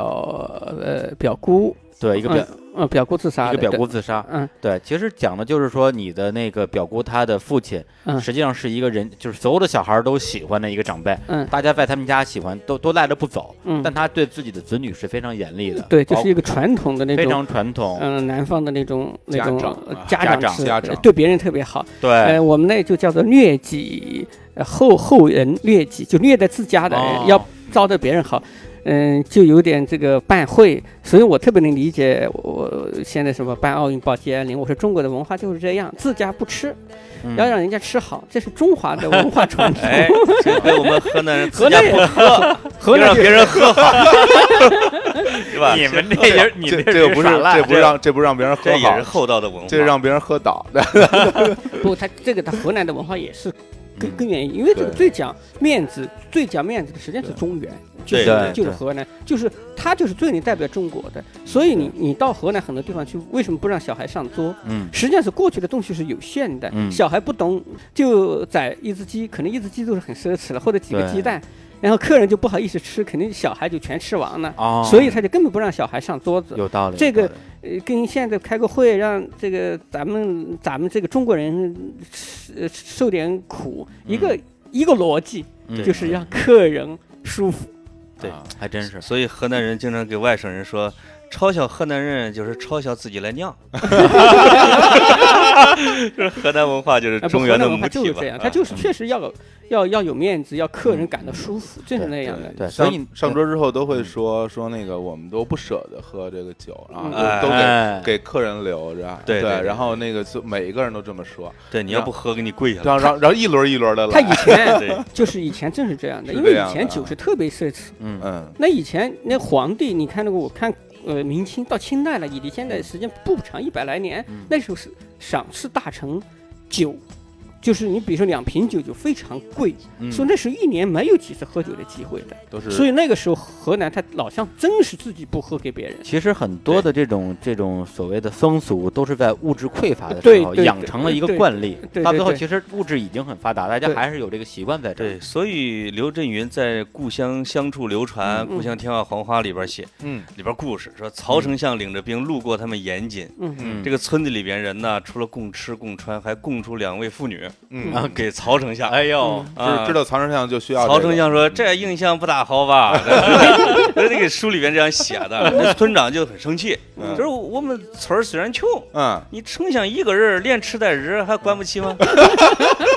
Speaker 4: 呃表姑，
Speaker 1: 对，一个表、
Speaker 4: 呃表姑自杀
Speaker 1: 一
Speaker 4: 的，
Speaker 1: 个表
Speaker 4: 对
Speaker 1: 姑，自杀，
Speaker 4: 嗯
Speaker 1: 对，其实讲的就是说你的那个表姑她的父亲，
Speaker 4: 嗯
Speaker 1: 实际上是一个人，就是所有的小孩儿都喜欢的一个长辈，
Speaker 4: 嗯
Speaker 1: 大家在他们家喜欢都都赖着不走，
Speaker 4: 嗯，
Speaker 1: 但他对自己的子女是非常严厉的，
Speaker 4: 对，就
Speaker 1: 包
Speaker 4: 是一个传统的那
Speaker 1: 非
Speaker 4: 种，
Speaker 1: 常传统，
Speaker 4: 嗯、南方的那种那
Speaker 2: 家
Speaker 4: 种
Speaker 2: 长
Speaker 4: 呃
Speaker 2: 啊
Speaker 1: 家
Speaker 4: 家
Speaker 1: 长哎
Speaker 4: 是
Speaker 2: 家
Speaker 4: 呃
Speaker 2: 长
Speaker 4: 对别人特别好。
Speaker 1: 对
Speaker 4: 呃，我们那就叫做劣己呃后后人劣己，就虐待自家的人，
Speaker 1: 哦
Speaker 4: 要招待别人好。嗯，就有点这个办会，所以我特别能理解我现在什么办奥运、报接力。我说中国的文化就是这样，自家不吃，
Speaker 1: 嗯
Speaker 4: 要让人家吃好，这是中华的文 化传统。
Speaker 3: 哎，这跟我们河南人
Speaker 4: 河南
Speaker 3: 自家
Speaker 4: 也
Speaker 3: 不
Speaker 4: 河
Speaker 3: 要让
Speaker 4: 南
Speaker 3: 别人喝好，是吧？
Speaker 1: 你们这
Speaker 2: 这
Speaker 1: 也你
Speaker 2: 这
Speaker 1: 们
Speaker 2: 这个不是
Speaker 1: 耍赖
Speaker 2: 这不是让这不是让别人
Speaker 3: 这
Speaker 2: 喝
Speaker 3: 也
Speaker 2: 好
Speaker 3: 是，厚道的文化。
Speaker 2: 这是让别人喝倒的。
Speaker 4: 不，他这个他河南的文化也是根
Speaker 1: 嗯
Speaker 4: 根源，因为这个
Speaker 2: 对
Speaker 4: 最讲面子、最讲面子的实际上是中原，就是
Speaker 1: 对
Speaker 4: 就是
Speaker 1: 对
Speaker 4: 河南，就是他就是最能代表中国的。所以你你到河南很多地方去，为什么不让小孩上桌？
Speaker 1: 嗯
Speaker 4: 实际上是过去的东西是有限的，
Speaker 1: 嗯
Speaker 4: 小孩不懂就宰一只鸡，可能一只鸡都是很奢侈了，或者几个
Speaker 1: 对
Speaker 4: 鸡蛋，然后客人就不好意思吃，肯定小孩就全吃完了，
Speaker 1: 哦，
Speaker 4: 所以他就根本不让小孩上桌子。
Speaker 1: 有道理，
Speaker 4: 这
Speaker 1: 有
Speaker 4: 个
Speaker 1: 道理
Speaker 4: 呃，跟现在开个会，让这个咱们咱们这个中国人吃呃受点苦，一个、一个逻辑，
Speaker 1: 嗯
Speaker 4: 就是让客人舒服。
Speaker 3: 对
Speaker 2: 啊
Speaker 1: 还真是，
Speaker 3: 所以河南人经常给外省人说，嘲笑河南人就是嘲笑自己来 酿，就是河南文化就是
Speaker 4: 哎不
Speaker 3: 中原的
Speaker 4: 河南文
Speaker 3: 母
Speaker 4: 化就
Speaker 3: 体
Speaker 4: 是
Speaker 3: 吧
Speaker 4: 这样，。
Speaker 3: 啊
Speaker 4: 他就是确实要有要要有面子，要客人
Speaker 1: 嗯
Speaker 4: 感到舒服，就是那样的。
Speaker 1: 对
Speaker 2: 上
Speaker 1: 所以你
Speaker 2: 上桌之后都会说说那个，我们都不舍得喝这个酒
Speaker 4: 嗯
Speaker 2: 啊，都都给
Speaker 1: 哎
Speaker 2: 给客人留着。啊
Speaker 3: 对对对
Speaker 2: 然后那个就每一个人都这么说，
Speaker 3: 对，你要不喝，给你跪下
Speaker 2: 然
Speaker 3: 来。
Speaker 2: 后然后然后一轮一轮的
Speaker 4: 他
Speaker 2: 来，
Speaker 4: 以前
Speaker 3: 对，
Speaker 4: 就是以前正是这样的，
Speaker 2: 是
Speaker 4: 因为
Speaker 2: 这样
Speaker 4: 以前
Speaker 2: 的
Speaker 4: 酒
Speaker 2: 啊
Speaker 4: 是特别奢侈。
Speaker 1: 嗯
Speaker 2: 嗯
Speaker 4: 那以前那皇帝，你看那个，我看呃明清到清代了，已离现在时间不长，一百来年，
Speaker 1: 嗯
Speaker 4: 那时候是赏赐大臣酒，就是你比如说两瓶酒就非常贵，
Speaker 1: 嗯
Speaker 4: 所以那时候一年没有几次喝酒的机会的。
Speaker 2: 都是
Speaker 4: 所以那个时候河南他老乡真是自己不喝给别人。
Speaker 1: 其实很多的这种这种所谓的风俗，都是在物质匮乏的时
Speaker 4: 对
Speaker 1: 候
Speaker 4: 对
Speaker 1: 养成了一个
Speaker 4: 对
Speaker 1: 惯例。
Speaker 4: 对
Speaker 1: 到最后，
Speaker 4: 对
Speaker 1: 其实物质已经很发达，大家
Speaker 4: 对
Speaker 1: 还是有这个习惯在这儿。
Speaker 3: 对，所以刘震云在《故乡乡处流传》
Speaker 4: 嗯
Speaker 3: 故乡天外黄花》里边写
Speaker 2: 嗯
Speaker 3: 里边故事，说曹丞相领着兵路过他们盐津，
Speaker 4: 嗯
Speaker 1: 嗯
Speaker 3: 这个村子里边人呢，除了供吃供穿，还供出两位妇女
Speaker 2: 嗯，
Speaker 3: 啊给曹丞相。啊
Speaker 1: 哎呦
Speaker 4: 嗯，
Speaker 2: 就是知道曹丞相就需要
Speaker 3: 曹
Speaker 2: 这个
Speaker 3: 丞相说：“这印象不咋好吧？” 那个书里边这样写 的，那村长就很生气，
Speaker 2: 嗯
Speaker 3: 就是我们村儿虽然穷，
Speaker 2: 嗯，
Speaker 3: 你丞相一个人儿练吃带人还管不起吗？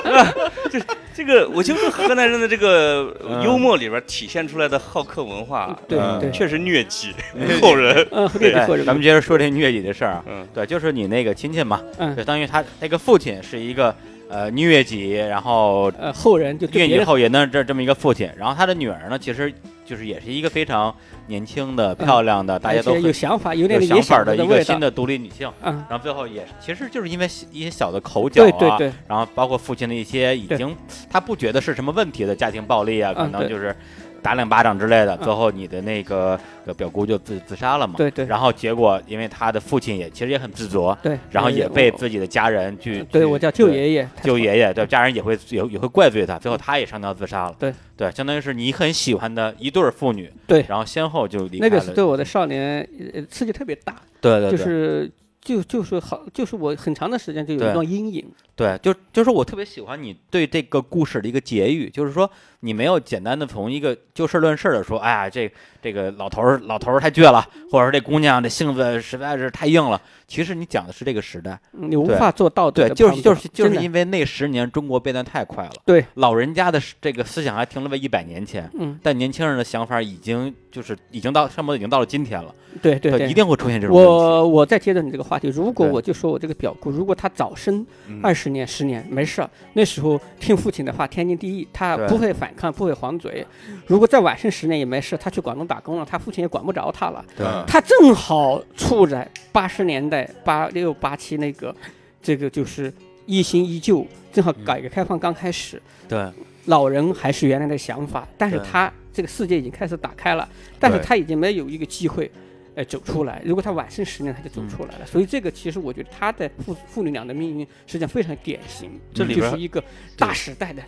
Speaker 3: 啊这这个，我觉得河南人的这个幽默里边体现出来的好客文
Speaker 1: 啊
Speaker 3: 化，
Speaker 4: 对
Speaker 2: 嗯
Speaker 4: 对，
Speaker 3: 确实疟疾 后人。
Speaker 4: 嗯，喝给
Speaker 1: 哎
Speaker 4: 喝人。
Speaker 1: 咱们接着说这疟疾的事儿啊。
Speaker 3: 嗯，
Speaker 1: 对，就是你那个亲戚嘛，
Speaker 4: 嗯
Speaker 1: 就当于他那个父亲是一个呃疟疾，然后
Speaker 4: 呃后人就
Speaker 1: 疟
Speaker 4: 对别
Speaker 1: 疾
Speaker 4: 人
Speaker 1: 后也呢这这么一个父亲，然后他的女儿呢，其实就是也是一个非常年轻的、漂亮的，大家
Speaker 4: 嗯而且
Speaker 1: 都很
Speaker 4: 有想法，有点
Speaker 1: 有
Speaker 4: 理
Speaker 1: 想法
Speaker 4: 想
Speaker 1: 儿的一
Speaker 4: 味
Speaker 1: 个
Speaker 4: 道
Speaker 1: 新。的独立女性。
Speaker 4: 嗯，
Speaker 1: 然后最后也是其实就是因为一些小的口角啊，
Speaker 4: 对对对，
Speaker 1: 然后包括父亲的一些已
Speaker 4: 对
Speaker 1: 经他不觉得是什么问题的家庭暴力啊，可
Speaker 4: 嗯
Speaker 1: 能
Speaker 4: 对
Speaker 1: 就是打两巴掌之类的，
Speaker 4: 嗯
Speaker 1: 最后你的那个呃表姑就自自杀了嘛。
Speaker 4: 对对
Speaker 1: 然后结果因为他的父亲也其实也很自责，
Speaker 4: 对。
Speaker 1: 然后
Speaker 4: 对
Speaker 1: 也
Speaker 4: 我
Speaker 1: 被自己的家人去
Speaker 4: 对
Speaker 1: 去
Speaker 4: 我叫舅爷爷，
Speaker 1: 舅爷爷，对家人也会也也会怪罪他，最后他也上吊自杀了。
Speaker 4: 对
Speaker 1: 对，相当于是你很喜欢的一对儿父女，
Speaker 4: 对
Speaker 1: 然后先后就离开
Speaker 4: 那个
Speaker 1: 了。
Speaker 4: 是对我的少年呃刺激特别大，
Speaker 1: 对对对，
Speaker 4: 就是就就是好，就是我很长的时间就有
Speaker 1: 对
Speaker 4: 一段阴影。
Speaker 1: 对，就就是我特别喜欢你对这个故事的一个结语，就是说你没有简单的从一个就事论事的说，哎呀，这这个老头儿老头儿太倔了，或者说这姑娘这性子实在是太硬了。其实你讲的是这个时代，
Speaker 4: 嗯你无
Speaker 1: 对
Speaker 4: 法做道德
Speaker 1: 对，
Speaker 4: 的
Speaker 1: 就是
Speaker 4: 判
Speaker 1: 就
Speaker 4: 断
Speaker 1: 是就是
Speaker 4: 真的
Speaker 1: 因为那十年中国变得太快了，
Speaker 4: 对，
Speaker 1: 老人家的这个思想还停留在一百年前。
Speaker 4: 嗯，
Speaker 1: 但年轻人的想法已经就是已经到差不多已经到了今天了，
Speaker 4: 对对对
Speaker 1: 一。定会出现这种问题。
Speaker 4: 我我再接着你这个话题，如果
Speaker 1: 对
Speaker 4: 我就说我这个表姑，如果她早生
Speaker 2: 嗯
Speaker 4: 二十年、十年，没事儿，那时候听父亲的话，天经地义，她
Speaker 1: 对
Speaker 4: 不会反抗，不会还嘴。如果再晚生十年也没事，她去广东打工了，她父亲也管不着她了。
Speaker 1: 对
Speaker 2: 嗯
Speaker 4: 她正好处在八十年代八六八七那个，这个就是一新一旧，正好改革开放刚开始，
Speaker 1: 对
Speaker 4: 老人还是原来的想法，但是
Speaker 1: 对
Speaker 4: 他这个世界已经开始打开了，但是
Speaker 2: 对
Speaker 4: 他已经没有一个机会，呃，走出来。如果他晚生十年，他就走出来了。所以这个其实我觉得他的父父女俩的命运实际上非常典型，
Speaker 3: 这里
Speaker 4: 就
Speaker 3: 边
Speaker 4: 是一个大时代的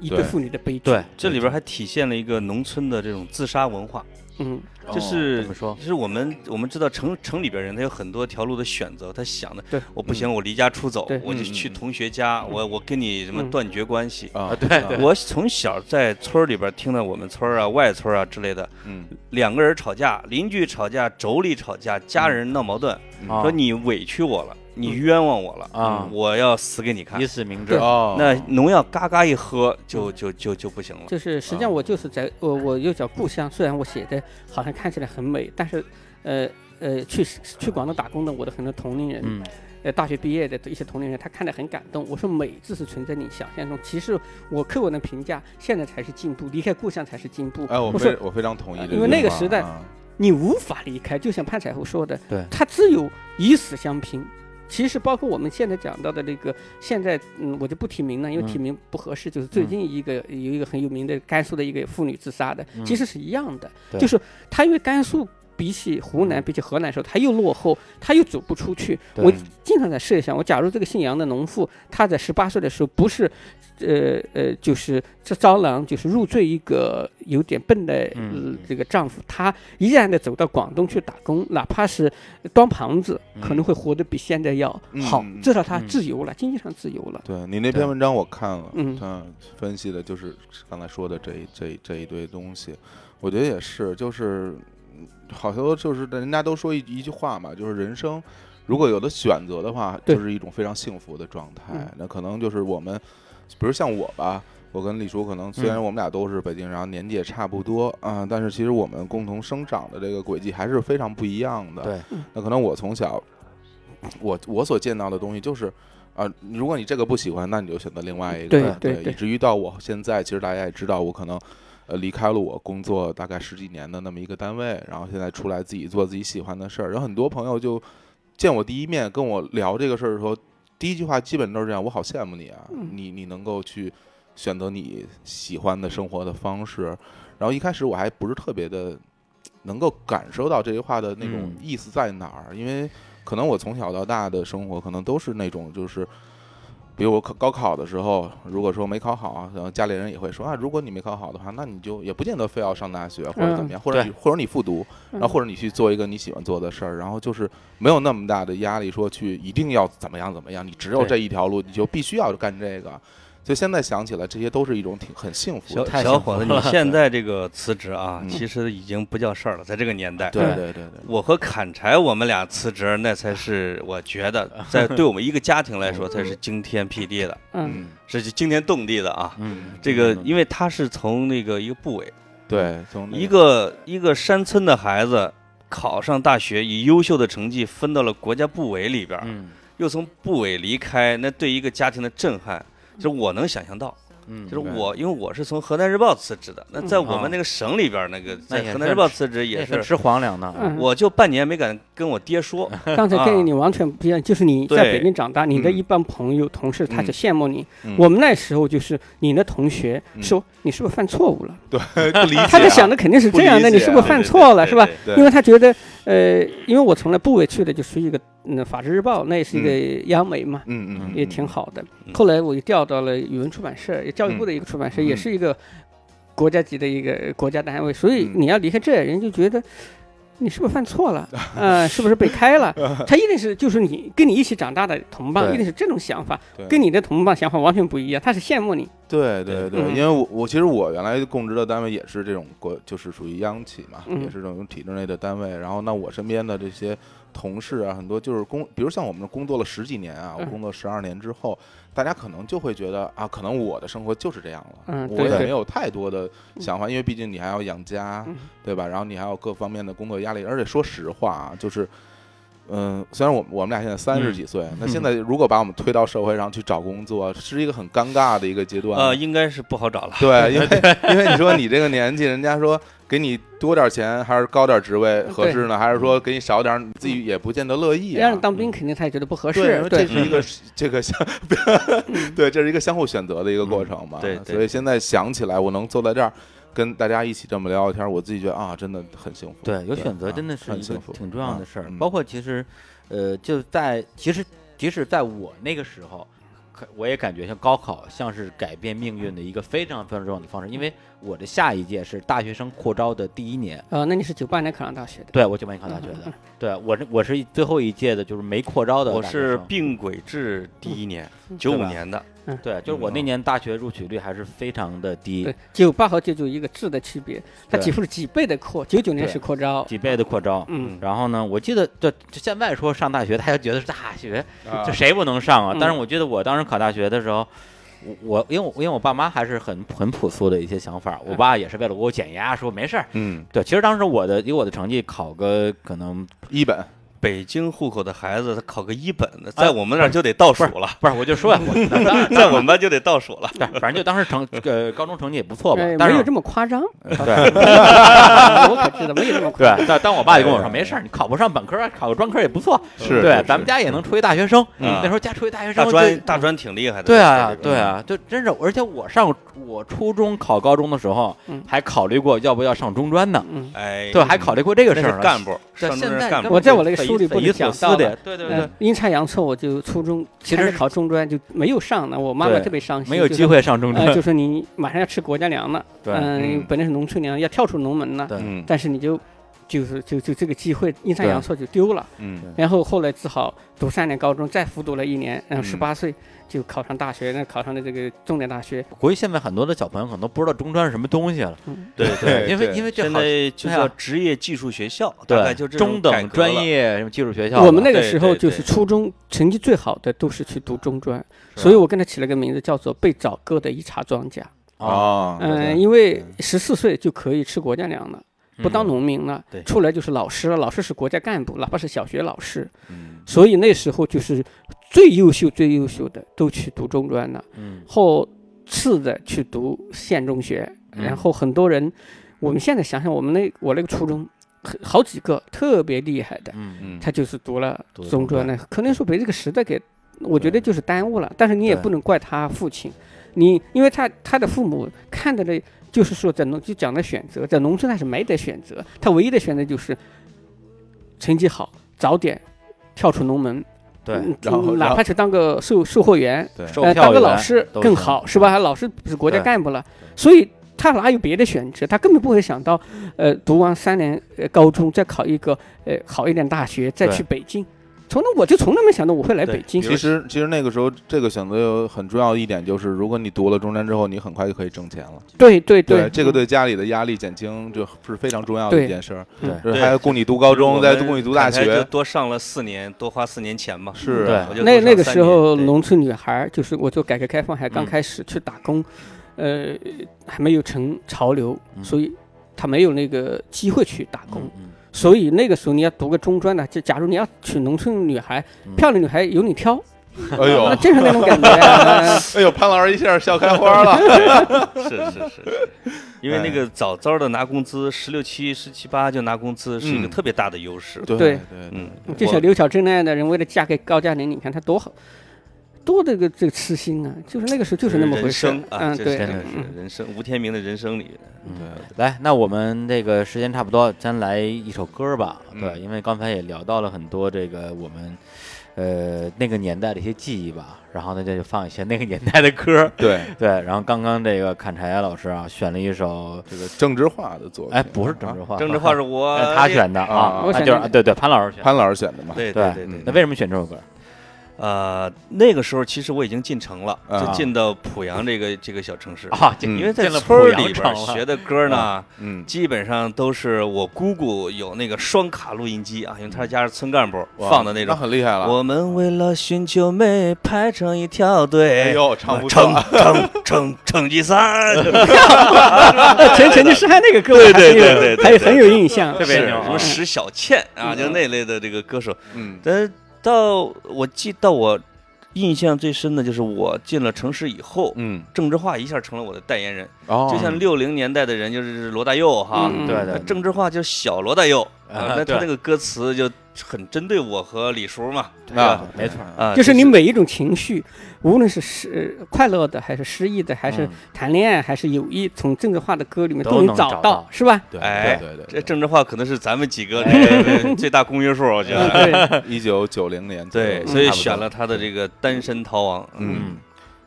Speaker 4: 一对
Speaker 2: 对
Speaker 4: 妇女的悲剧。
Speaker 1: 对，
Speaker 3: 这里边还体现了一个农村的这种自杀文化，
Speaker 4: 嗯，
Speaker 2: 哦
Speaker 3: 就
Speaker 1: 怎
Speaker 3: 是
Speaker 1: 么说？
Speaker 3: 就是我们我们知道城城里边人他有很多条路的选择，他想的，
Speaker 4: 对
Speaker 3: 我不
Speaker 1: 嗯
Speaker 3: 行，我离家出走
Speaker 4: 对，
Speaker 3: 我就去同学家，我我跟你什么
Speaker 4: 嗯
Speaker 3: 断绝关系。
Speaker 2: 啊
Speaker 1: 啊对对
Speaker 3: 我从小在村儿里边听到我们村儿啊、外村儿啊之类的，
Speaker 2: 嗯
Speaker 3: 两个人吵架，邻居吵架，妯娌吵架，家人闹矛盾，
Speaker 1: 啊
Speaker 3: 嗯
Speaker 1: 嗯
Speaker 3: 说你委屈我了，你冤枉我了嗯
Speaker 1: 啊
Speaker 3: 我要死给你看
Speaker 1: 以。死明志
Speaker 4: 对，
Speaker 2: 哦
Speaker 3: 那农药嘎嘎一喝，就就就就不行了。
Speaker 4: 就是实际
Speaker 2: 啊
Speaker 4: 上我就是在我我又叫故乡，虽然我写的好像看起来很美，但是，呃呃，去去广东打工的我的很多同龄人，
Speaker 1: 嗯，
Speaker 4: 呃，大学毕业的一些同龄人，他看得很感动。我说美字是存在你想象中，其实我客观的评价，现在才是进步，离开故乡才是进步。
Speaker 2: 哎，我
Speaker 4: 我说
Speaker 2: 非我非常同意这
Speaker 4: 呃
Speaker 2: 句话，
Speaker 4: 因为那个时代
Speaker 2: 啊
Speaker 4: 你无法离开，就像潘彩湖说的，
Speaker 1: 对
Speaker 4: 他只有以死相拼。其实包括我们现在讲到的这个，现在嗯，我就不提名了，因为
Speaker 1: 嗯
Speaker 4: 提名不合适。就是最
Speaker 1: 嗯
Speaker 4: 近一个有一个很有名的甘肃的一个妇女自杀的，
Speaker 1: 嗯
Speaker 4: 其实是一样的，
Speaker 1: 对嗯
Speaker 4: 就是他因为甘肃。比起湖南，比起河南的时候，他又落后，他又走不出去。
Speaker 1: 对
Speaker 4: 我经常在设想，我假如这个姓杨的农妇，她在十八岁的时候不是，呃呃，就是这招郎，就是入赘一个有点笨的、呃
Speaker 1: 嗯
Speaker 4: 这个丈夫，她依然的走到广东去打工，哪怕是端盘子，可能会活得比现在要好，
Speaker 2: 嗯嗯嗯嗯
Speaker 4: 至少她
Speaker 1: 嗯
Speaker 4: 自由了，经济上自由了。
Speaker 2: 对你
Speaker 1: 对
Speaker 2: 那篇文章我看了，
Speaker 4: 嗯
Speaker 2: 分析的就是刚才说的这一这一这一堆东西，我觉得也是，就是嗯好多就是人家都说一一句话嘛，就是人生如果有的选择的话，
Speaker 4: 对
Speaker 2: 就是一种非常幸福的状态。
Speaker 4: 嗯
Speaker 2: 那可能就是我们，比如像我吧。我跟李叔可能虽然
Speaker 4: 嗯
Speaker 2: 我们俩都是北京人，然后年纪也差不多啊、但是其实我们共同生长的这个轨迹还是非常不一样的。
Speaker 1: 对，
Speaker 2: 那可能我从小，我我所见到的东西就是，啊、如果你这个不喜欢，那你就选择另外一个。
Speaker 4: 对
Speaker 2: 对
Speaker 4: 对对
Speaker 2: 以至于到我现在，其实大家也知道，我可能呃离开了我工作大概十几年的那么一个单位，然后现在出来自己做自己喜欢的事儿。然后很多朋友就见我第一面跟我聊这个事儿的时候，第一句话基本都是这样：我好羡慕你啊，
Speaker 4: 嗯
Speaker 2: 你你能够去选择你喜欢的生活的方式。然后一开始我还不是特别的能够感受到这句话的那种
Speaker 1: 嗯
Speaker 2: 意思在哪儿，因为可能我从小到大的生活可能都是那种就是。比如我考高考的时候，如果说没考好，啊然后家里人也会说啊，如果你没考好的话，那你就也不见得非要上大学或者怎么样，或者
Speaker 1: 对
Speaker 2: 你或者你复读，
Speaker 4: 嗯
Speaker 2: 然后或者你去做一个你喜欢做的事儿，然后就是没有那么大的压力，说去一定要怎么样怎么样，你只有
Speaker 1: 对
Speaker 2: 这一条路，你就必须要干这个。所以现在想起来，这些都是一种挺很幸福的。
Speaker 3: 小
Speaker 1: 太
Speaker 3: 小
Speaker 1: 幸
Speaker 3: 伙
Speaker 1: 福
Speaker 3: 子，你
Speaker 1: 了
Speaker 3: 现在这个辞职啊，
Speaker 2: 嗯
Speaker 3: 其实已经不叫事儿了，在这个年代。
Speaker 2: 对
Speaker 4: 对
Speaker 2: 对对对，
Speaker 3: 我和砍柴，我们俩辞职，那才是我觉 得，在对我们一个家庭来说，才是惊天辟地的，
Speaker 4: 嗯，
Speaker 3: 是惊天动地的啊！
Speaker 1: 嗯，
Speaker 3: 这个，
Speaker 1: 嗯
Speaker 3: 因为他是从那个一个部委，
Speaker 2: 对，从那
Speaker 3: 一个一个山村的孩子考上大学，以优秀的成绩分到了国家部委里边儿，
Speaker 1: 嗯
Speaker 3: 又从部委离开，那对一个家庭的震撼，就是我能想象到。
Speaker 1: 嗯，
Speaker 3: 就是
Speaker 2: 明白
Speaker 3: 我，因为我是从河南日报辞职的，那在我
Speaker 1: 啊
Speaker 3: 们那个省里边儿，那个
Speaker 1: 嗯那
Speaker 3: 在
Speaker 1: 也
Speaker 3: 河南日
Speaker 1: 算
Speaker 3: 报
Speaker 1: 吃
Speaker 3: 辞职也
Speaker 1: 嗯那很
Speaker 3: 是，
Speaker 1: 吃皇粮呢，
Speaker 4: 嗯
Speaker 3: 我就半年没敢跟我爹说，
Speaker 4: 刚才概念你完全不一样，就是你在
Speaker 3: 对
Speaker 4: 北京长大，你的
Speaker 2: 啊嗯
Speaker 4: 一帮朋友、同事，他
Speaker 2: 嗯
Speaker 4: 就羡慕你。
Speaker 2: 嗯
Speaker 4: 我们那时候就是你的同学
Speaker 2: 嗯
Speaker 4: 说你是不是犯错误了，
Speaker 2: 不理解啊
Speaker 4: 他就想的肯定是这样的，
Speaker 2: 不理
Speaker 4: 你
Speaker 2: 解啊
Speaker 4: 是不是犯错了，是吧？？
Speaker 2: 对
Speaker 4: 因为他觉得，呃，因为我从来部委去的就属于一个嗯法制日报，那也是一个央媒嘛，
Speaker 2: 嗯嗯
Speaker 4: 也挺。好的。
Speaker 3: 嗯
Speaker 4: 后来我又调到了语文出版社，也教育部的一个出版社，
Speaker 2: 嗯
Speaker 4: 也是一个国家级的一个国家单位，所以
Speaker 2: 嗯
Speaker 4: 你要离开这，人就觉得。你是不是犯 错了？呃，是不是被开了？他一定是就是你跟你一起长大的同伴，
Speaker 2: 对
Speaker 4: 一定是这种想法，
Speaker 2: 对
Speaker 4: 跟你的同伴想法完全不一样。他是羡慕你，
Speaker 2: 对对对，
Speaker 4: 嗯
Speaker 2: 因为我我其实我原来供职的单位也是这种国，就是属于央企嘛，
Speaker 4: 嗯
Speaker 2: 也是这种体制内的单位。然后那我身边的这些同事啊，很多就是工，比如像我们工作了十几年啊，我
Speaker 4: 嗯
Speaker 2: 工作十二年之后，大家可能就会觉得啊，可能我的生活就是这样了，
Speaker 4: 嗯
Speaker 2: 我
Speaker 4: 对
Speaker 2: 也
Speaker 4: 对
Speaker 2: 没有太多的想法，因为毕竟你还要养家，
Speaker 4: 嗯
Speaker 2: 对吧？然后你还有各方面的工作压力，而且说实话啊，就是。嗯，虽然我们我们俩现在
Speaker 4: 嗯
Speaker 2: 三十几岁，那现在呃如果把我们推到社会上去找工作，是一个很尴尬的一个阶段。
Speaker 3: 呃，应该是不好找了。
Speaker 2: 对，因为 因为你说你这个年纪，人家说给你多点钱还是高点职位合适呢，还是说给你少点儿，你自己也不见得乐意、啊。
Speaker 4: 嗯让人当兵肯定他也觉得不合
Speaker 2: 对，因
Speaker 4: 适
Speaker 2: 为。
Speaker 4: 对
Speaker 2: 这，是一个 这个相，对，这是一个相互选择的一个过程嘛。
Speaker 3: 嗯对对
Speaker 2: 所以现在想起来，我能坐在这儿跟大家一起这么聊聊天，我自己觉得啊，真的很幸福。
Speaker 1: 对，有选择
Speaker 2: 啊
Speaker 1: 真的是
Speaker 2: 很
Speaker 1: 一个
Speaker 2: 幸福
Speaker 1: 挺重要的事
Speaker 2: 啊
Speaker 1: 儿。
Speaker 2: 嗯
Speaker 1: 包括其实，呃，就在其实即使在我那个时候，可我也感觉像高考像是改变命运的一个非常非常重要的方式，因为我的下一届是大学生扩招的第一年。
Speaker 4: 呃，那你是九八年考上大学的，
Speaker 1: 对，我就没考大学的，对我是我是最后一届的，就是没扩招的
Speaker 3: 我
Speaker 1: 大学
Speaker 3: 是
Speaker 1: 生
Speaker 3: 病轨制第一年
Speaker 4: 嗯，
Speaker 3: 九
Speaker 1: 对
Speaker 3: 五
Speaker 1: 吧
Speaker 3: 年的，
Speaker 1: 对，就是我那年大学录取率还是非常的低
Speaker 4: 对，，九八和九九一个质的区别，它
Speaker 1: 对
Speaker 4: 几乎是几倍的扩，九九年
Speaker 1: 对
Speaker 4: 是扩招，
Speaker 1: 几倍的扩招。
Speaker 4: 嗯，
Speaker 1: 然后呢，我记得这这现在说上大学，大家觉得是大学，
Speaker 2: 啊
Speaker 1: 这谁不能上啊
Speaker 4: 嗯？
Speaker 1: 但是我记得我当时考大学的时候，我我因为我因为我爸妈还是很很朴素的一些想法，我爸也是为了给我减压，说没事儿。
Speaker 2: 嗯，
Speaker 1: 对，其实当时我的以我的成绩考个可能
Speaker 2: 一本
Speaker 3: 北京户口的孩子，他考个一本，在我们那儿就得倒数 了，
Speaker 1: 啊不是，我就说呀，我当然
Speaker 3: 在我们班就得倒数了。
Speaker 1: 对，反正就当时成呃高中成绩也不错吧
Speaker 4: 哎，
Speaker 1: 但
Speaker 4: 没有
Speaker 1: 是
Speaker 4: 这么夸张， 啊
Speaker 1: 对
Speaker 4: 我可知道没有这么夸张。
Speaker 1: 对，但但我爸就跟我说没事儿，你考不上本科，考个专科也不错，
Speaker 2: 是
Speaker 1: 对
Speaker 2: 是，
Speaker 1: 咱们家也能出一大学生。
Speaker 3: 嗯
Speaker 1: 那时候家出一大学生
Speaker 3: 大，专大专挺厉害的，
Speaker 1: 对啊
Speaker 3: 在，这边
Speaker 1: 对啊，就真是，而且我上我初中考高中的时候
Speaker 4: 嗯，
Speaker 1: 还考虑过要不要上中专呢。
Speaker 4: 嗯，
Speaker 3: 哎，
Speaker 1: 对，还考虑过这个
Speaker 3: 那
Speaker 1: 事
Speaker 3: 是
Speaker 1: 儿。
Speaker 3: 干部，
Speaker 1: 对
Speaker 3: 上中
Speaker 1: 现
Speaker 3: 人
Speaker 1: 在
Speaker 3: 干
Speaker 1: 根
Speaker 3: 部
Speaker 4: 我
Speaker 1: 本，
Speaker 4: 在我那个
Speaker 1: 匪夷
Speaker 4: 书里
Speaker 1: 匪
Speaker 4: 不
Speaker 1: 夷
Speaker 4: 是
Speaker 1: 所
Speaker 4: 讲
Speaker 1: 思
Speaker 4: 到
Speaker 1: 的
Speaker 4: 了
Speaker 3: 对对
Speaker 4: 呃
Speaker 3: 对，
Speaker 4: 阴差阳错，我就初中
Speaker 1: 其实
Speaker 4: 开始
Speaker 1: 是
Speaker 4: 考中专就没有上呢，我妈妈
Speaker 1: 对
Speaker 4: 特别伤心，
Speaker 1: 没有
Speaker 4: 就
Speaker 1: 机
Speaker 4: 说。
Speaker 1: 会上中专。
Speaker 4: 呃，就说你马上要吃国家粮了，
Speaker 1: 对
Speaker 4: 嗯
Speaker 2: 嗯，
Speaker 4: 本来是农村粮，要跳出农门了，
Speaker 1: 对
Speaker 2: 嗯
Speaker 4: 但是你就，就是就就这个机会阴差阳错就丢了，
Speaker 2: 嗯
Speaker 4: 然后后来只好读三年高中，再复读了一年，然后
Speaker 2: 嗯
Speaker 4: 十八岁就考上大学，那考上了这个重点大学，
Speaker 1: 估计现在很多的小朋友可能都不知道中专是什么东西了。
Speaker 4: 嗯，
Speaker 3: 对
Speaker 2: 对
Speaker 1: 因为
Speaker 2: 对
Speaker 1: 因为这
Speaker 3: 现
Speaker 1: 好
Speaker 3: 在就
Speaker 1: 对
Speaker 3: 叫
Speaker 1: 啊
Speaker 3: 职业技术学校，大概
Speaker 1: 对
Speaker 3: 就这种
Speaker 1: 中
Speaker 3: 改
Speaker 1: 等
Speaker 3: 革
Speaker 1: 专
Speaker 3: 了。
Speaker 1: 业什么技术学校吧，
Speaker 4: 我们那个
Speaker 3: 对
Speaker 4: 时候
Speaker 3: 对
Speaker 4: 就是
Speaker 3: 对
Speaker 4: 初中成绩最好的都是去读中专，
Speaker 1: 是吧
Speaker 4: 所以我跟他起了个名字叫做“被找割的一茬庄稼”。
Speaker 1: 啊，
Speaker 2: 啊，
Speaker 4: 嗯，因为十四岁就可以吃国家粮了，不
Speaker 1: 嗯
Speaker 4: 当农民了
Speaker 3: 对，
Speaker 4: 出来就是老师了，老师是国家干部，哪怕是小学老师。
Speaker 2: 嗯
Speaker 4: 所以那时候就是最优秀、最优秀的都去读中专了，
Speaker 1: 嗯，
Speaker 4: 后次的去读县中学，
Speaker 1: 嗯
Speaker 4: 然后很多人，我们现在想想，我们那我那个初中，很好几个特别厉害的，
Speaker 1: 嗯，
Speaker 2: 嗯，
Speaker 4: 他就是读了
Speaker 1: 读了
Speaker 4: 中
Speaker 1: 中专
Speaker 4: 专的，可能说被这个时代给，我觉
Speaker 1: 对
Speaker 4: 得就是耽误了。但是你也
Speaker 1: 对
Speaker 4: 不能怪他父亲，你因为他他的父母看到的，就是说在农就讲的选择，在农村他是没得选择，他唯一的选择就是成绩好，早点跳出农门，
Speaker 1: 对
Speaker 4: 嗯，
Speaker 2: 然后然
Speaker 4: 哪
Speaker 2: 后
Speaker 4: 怕去当个售售货员，
Speaker 2: 对，
Speaker 1: 售
Speaker 4: 呃，
Speaker 1: 票
Speaker 4: 当个
Speaker 1: 员
Speaker 4: 老师
Speaker 1: 都
Speaker 4: 更
Speaker 1: 行
Speaker 4: 好，是吧？老师是国家
Speaker 1: 对
Speaker 4: 干部了，所以他哪有别的选择？他根本不会想到，呃，读完三年呃高中，再考一个呃好一点大学，再
Speaker 1: 对
Speaker 4: 去北京。从来我就从来没想到我会来
Speaker 1: 对
Speaker 4: 北京
Speaker 1: 比。如
Speaker 2: 其实其实那个时候这个选择有很重要的一点就是，如果你读了中专之后，你很快就可以挣钱了。
Speaker 4: 对对嗯
Speaker 2: 这个对家里的压力减轻就是非常重要的
Speaker 4: 对
Speaker 2: 一件事儿。
Speaker 4: 嗯
Speaker 1: 对
Speaker 2: 就是
Speaker 3: 对
Speaker 2: 还要供你读高中，再供你读大
Speaker 3: 我们砍开就
Speaker 2: 学，
Speaker 3: 多上了四年，多花四年钱嘛。
Speaker 2: 是
Speaker 1: 对
Speaker 3: 我就多
Speaker 4: 那
Speaker 3: 上
Speaker 4: 那个
Speaker 3: 三
Speaker 4: 时
Speaker 3: 年
Speaker 4: 候，
Speaker 3: 对
Speaker 4: 农村女孩儿就是我做改革开放还刚
Speaker 1: 嗯
Speaker 4: 开始去打工，呃，还没有成潮流，
Speaker 1: 嗯
Speaker 4: 所以她没有那个机会去打工。
Speaker 1: 嗯嗯
Speaker 4: 所以那个时候你要读个中专的，就假如你要娶农村女孩，
Speaker 1: 嗯
Speaker 4: 漂亮女孩由你挑，
Speaker 2: 哎
Speaker 4: 那
Speaker 2: 呦
Speaker 4: 正是那种感觉、 啊。
Speaker 2: 哎呦，潘老师一下笑开花了。
Speaker 3: 是是是，是，因为那个早早的拿工资，十六七、十七八就拿工资，是一个
Speaker 2: 嗯
Speaker 3: 特别大的优势。
Speaker 2: 对
Speaker 4: 对
Speaker 2: 对，
Speaker 3: 嗯，
Speaker 4: 就像刘巧珍那样的人，为了嫁给高佳宁，你看她多好，多这个这个痴心啊！就是那个时候就是那么回
Speaker 3: 人
Speaker 4: 事
Speaker 3: 生
Speaker 4: 儿。
Speaker 3: 啊，这
Speaker 4: 嗯，
Speaker 3: 是
Speaker 4: 对，
Speaker 3: 真的
Speaker 4: 嗯
Speaker 3: 是人生，吴天明的人生里，
Speaker 1: 来，那我们这个时间差不多，先来一首歌儿吧。
Speaker 2: 嗯
Speaker 1: 对，因为刚才也聊到了很多这个我们呃那个年代的一些记忆吧，然后呢这就放一些那个年代的歌儿。
Speaker 2: 对
Speaker 1: 对，然后刚刚这个砍柴老师啊选了一首，
Speaker 2: 这个郑智化的作品，
Speaker 1: 哎，不是郑智
Speaker 2: 啊
Speaker 1: 化，
Speaker 3: 郑智化哎是我
Speaker 1: 呃他选的啊
Speaker 2: 啊，
Speaker 4: 我
Speaker 1: 他
Speaker 4: 选
Speaker 1: 就是
Speaker 4: 的
Speaker 1: 对对潘老师选的。
Speaker 2: 潘老师选的嘛？
Speaker 3: 对
Speaker 1: 对嗯
Speaker 3: 对对
Speaker 1: 那为什么选这首歌？
Speaker 3: 呃，那个时候其实我已经进城了，
Speaker 2: 啊
Speaker 3: 就进到濮阳这个这个小城市，
Speaker 1: 啊，进
Speaker 2: 嗯
Speaker 3: 因为在
Speaker 1: 进了
Speaker 3: 村儿
Speaker 1: 濮阳
Speaker 3: 里边
Speaker 1: 城
Speaker 3: 儿
Speaker 1: 了
Speaker 3: 学的歌呢
Speaker 1: 啊。
Speaker 2: 嗯，
Speaker 3: 基本上都是我姑姑有那个双卡录音机啊，因为她家是村干部
Speaker 2: 哇
Speaker 3: 放的那种
Speaker 2: 那。很厉害了。
Speaker 3: 我们为了寻求美排成一条
Speaker 2: 哎
Speaker 3: 队，
Speaker 2: 呦，唱不错
Speaker 3: 成
Speaker 2: 啊，
Speaker 3: 成成成绩三，
Speaker 4: 啊陈陈志是还那个歌，我啊还
Speaker 3: 对
Speaker 4: 很有
Speaker 3: 对对对
Speaker 4: 还有
Speaker 3: 对
Speaker 4: 很有印象，
Speaker 1: 特别
Speaker 3: 是
Speaker 1: 牛啊
Speaker 3: 什么石小倩啊，
Speaker 4: 嗯
Speaker 3: 就那类的这个歌手。
Speaker 2: 嗯
Speaker 3: 但到我记到我印象最深的就是我进了城市以后，
Speaker 2: 嗯，
Speaker 3: 郑智化一下成了我的代言人，
Speaker 2: 哦
Speaker 3: 就像六零年代的人就是罗大佑哈。
Speaker 4: 嗯
Speaker 1: 对
Speaker 3: 那
Speaker 1: 对，
Speaker 3: 郑智化就是小罗大佑
Speaker 1: 啊
Speaker 3: 啊，那他
Speaker 1: 对
Speaker 3: 那个歌词就很针对我和李叔嘛
Speaker 2: 啊，
Speaker 1: 没错
Speaker 2: 啊，
Speaker 3: 啊，
Speaker 4: 就是你每一种情绪，无论是失呃快乐的，还是失意的，还是
Speaker 1: 嗯
Speaker 4: 谈恋爱，还是友谊，从郑智化的歌里面
Speaker 1: 都
Speaker 4: 都能
Speaker 1: 能找
Speaker 4: 找
Speaker 1: 到
Speaker 4: 到，是吧？
Speaker 2: 对
Speaker 3: 哎
Speaker 2: 对对
Speaker 3: 这
Speaker 2: 对对，
Speaker 3: 郑智化可能是咱们几个这个最大公约数，我觉
Speaker 4: 嗯，
Speaker 3: 得。
Speaker 4: 对，
Speaker 2: 一九九零年左右嗯
Speaker 3: 对，所以选。
Speaker 2: 差不
Speaker 3: 了
Speaker 2: 多
Speaker 3: 他的这个《单身逃亡》。
Speaker 2: 嗯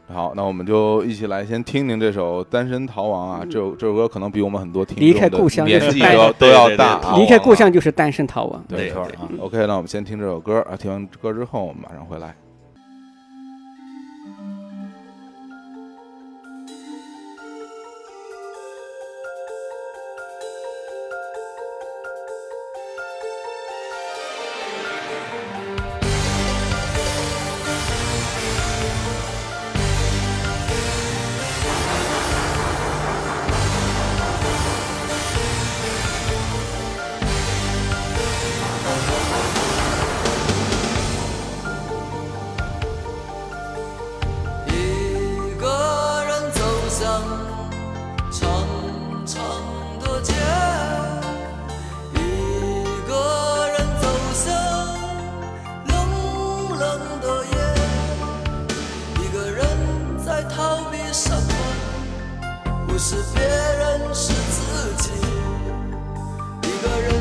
Speaker 1: 嗯，
Speaker 2: 好，那我们就一起来先听听这首《单身逃亡》啊，
Speaker 4: 嗯
Speaker 2: 这首这首歌可能比我们很多听
Speaker 4: 离开
Speaker 2: 众的
Speaker 4: 故乡
Speaker 2: 年
Speaker 4: 就是
Speaker 2: 纪
Speaker 4: 带
Speaker 2: 都要
Speaker 3: 对
Speaker 2: 都要
Speaker 3: 对对
Speaker 2: 大
Speaker 3: 对
Speaker 2: 啊，
Speaker 4: 离开故嗯乡就是单身逃亡。
Speaker 1: 没错啊，
Speaker 2: OK，那我们先听这首歌啊，听完歌之后，我们马上回来。
Speaker 5: 一个人走向长长的街，一个人走向冷冷的夜，一个人在逃避什么？不是别人，是自己。一个人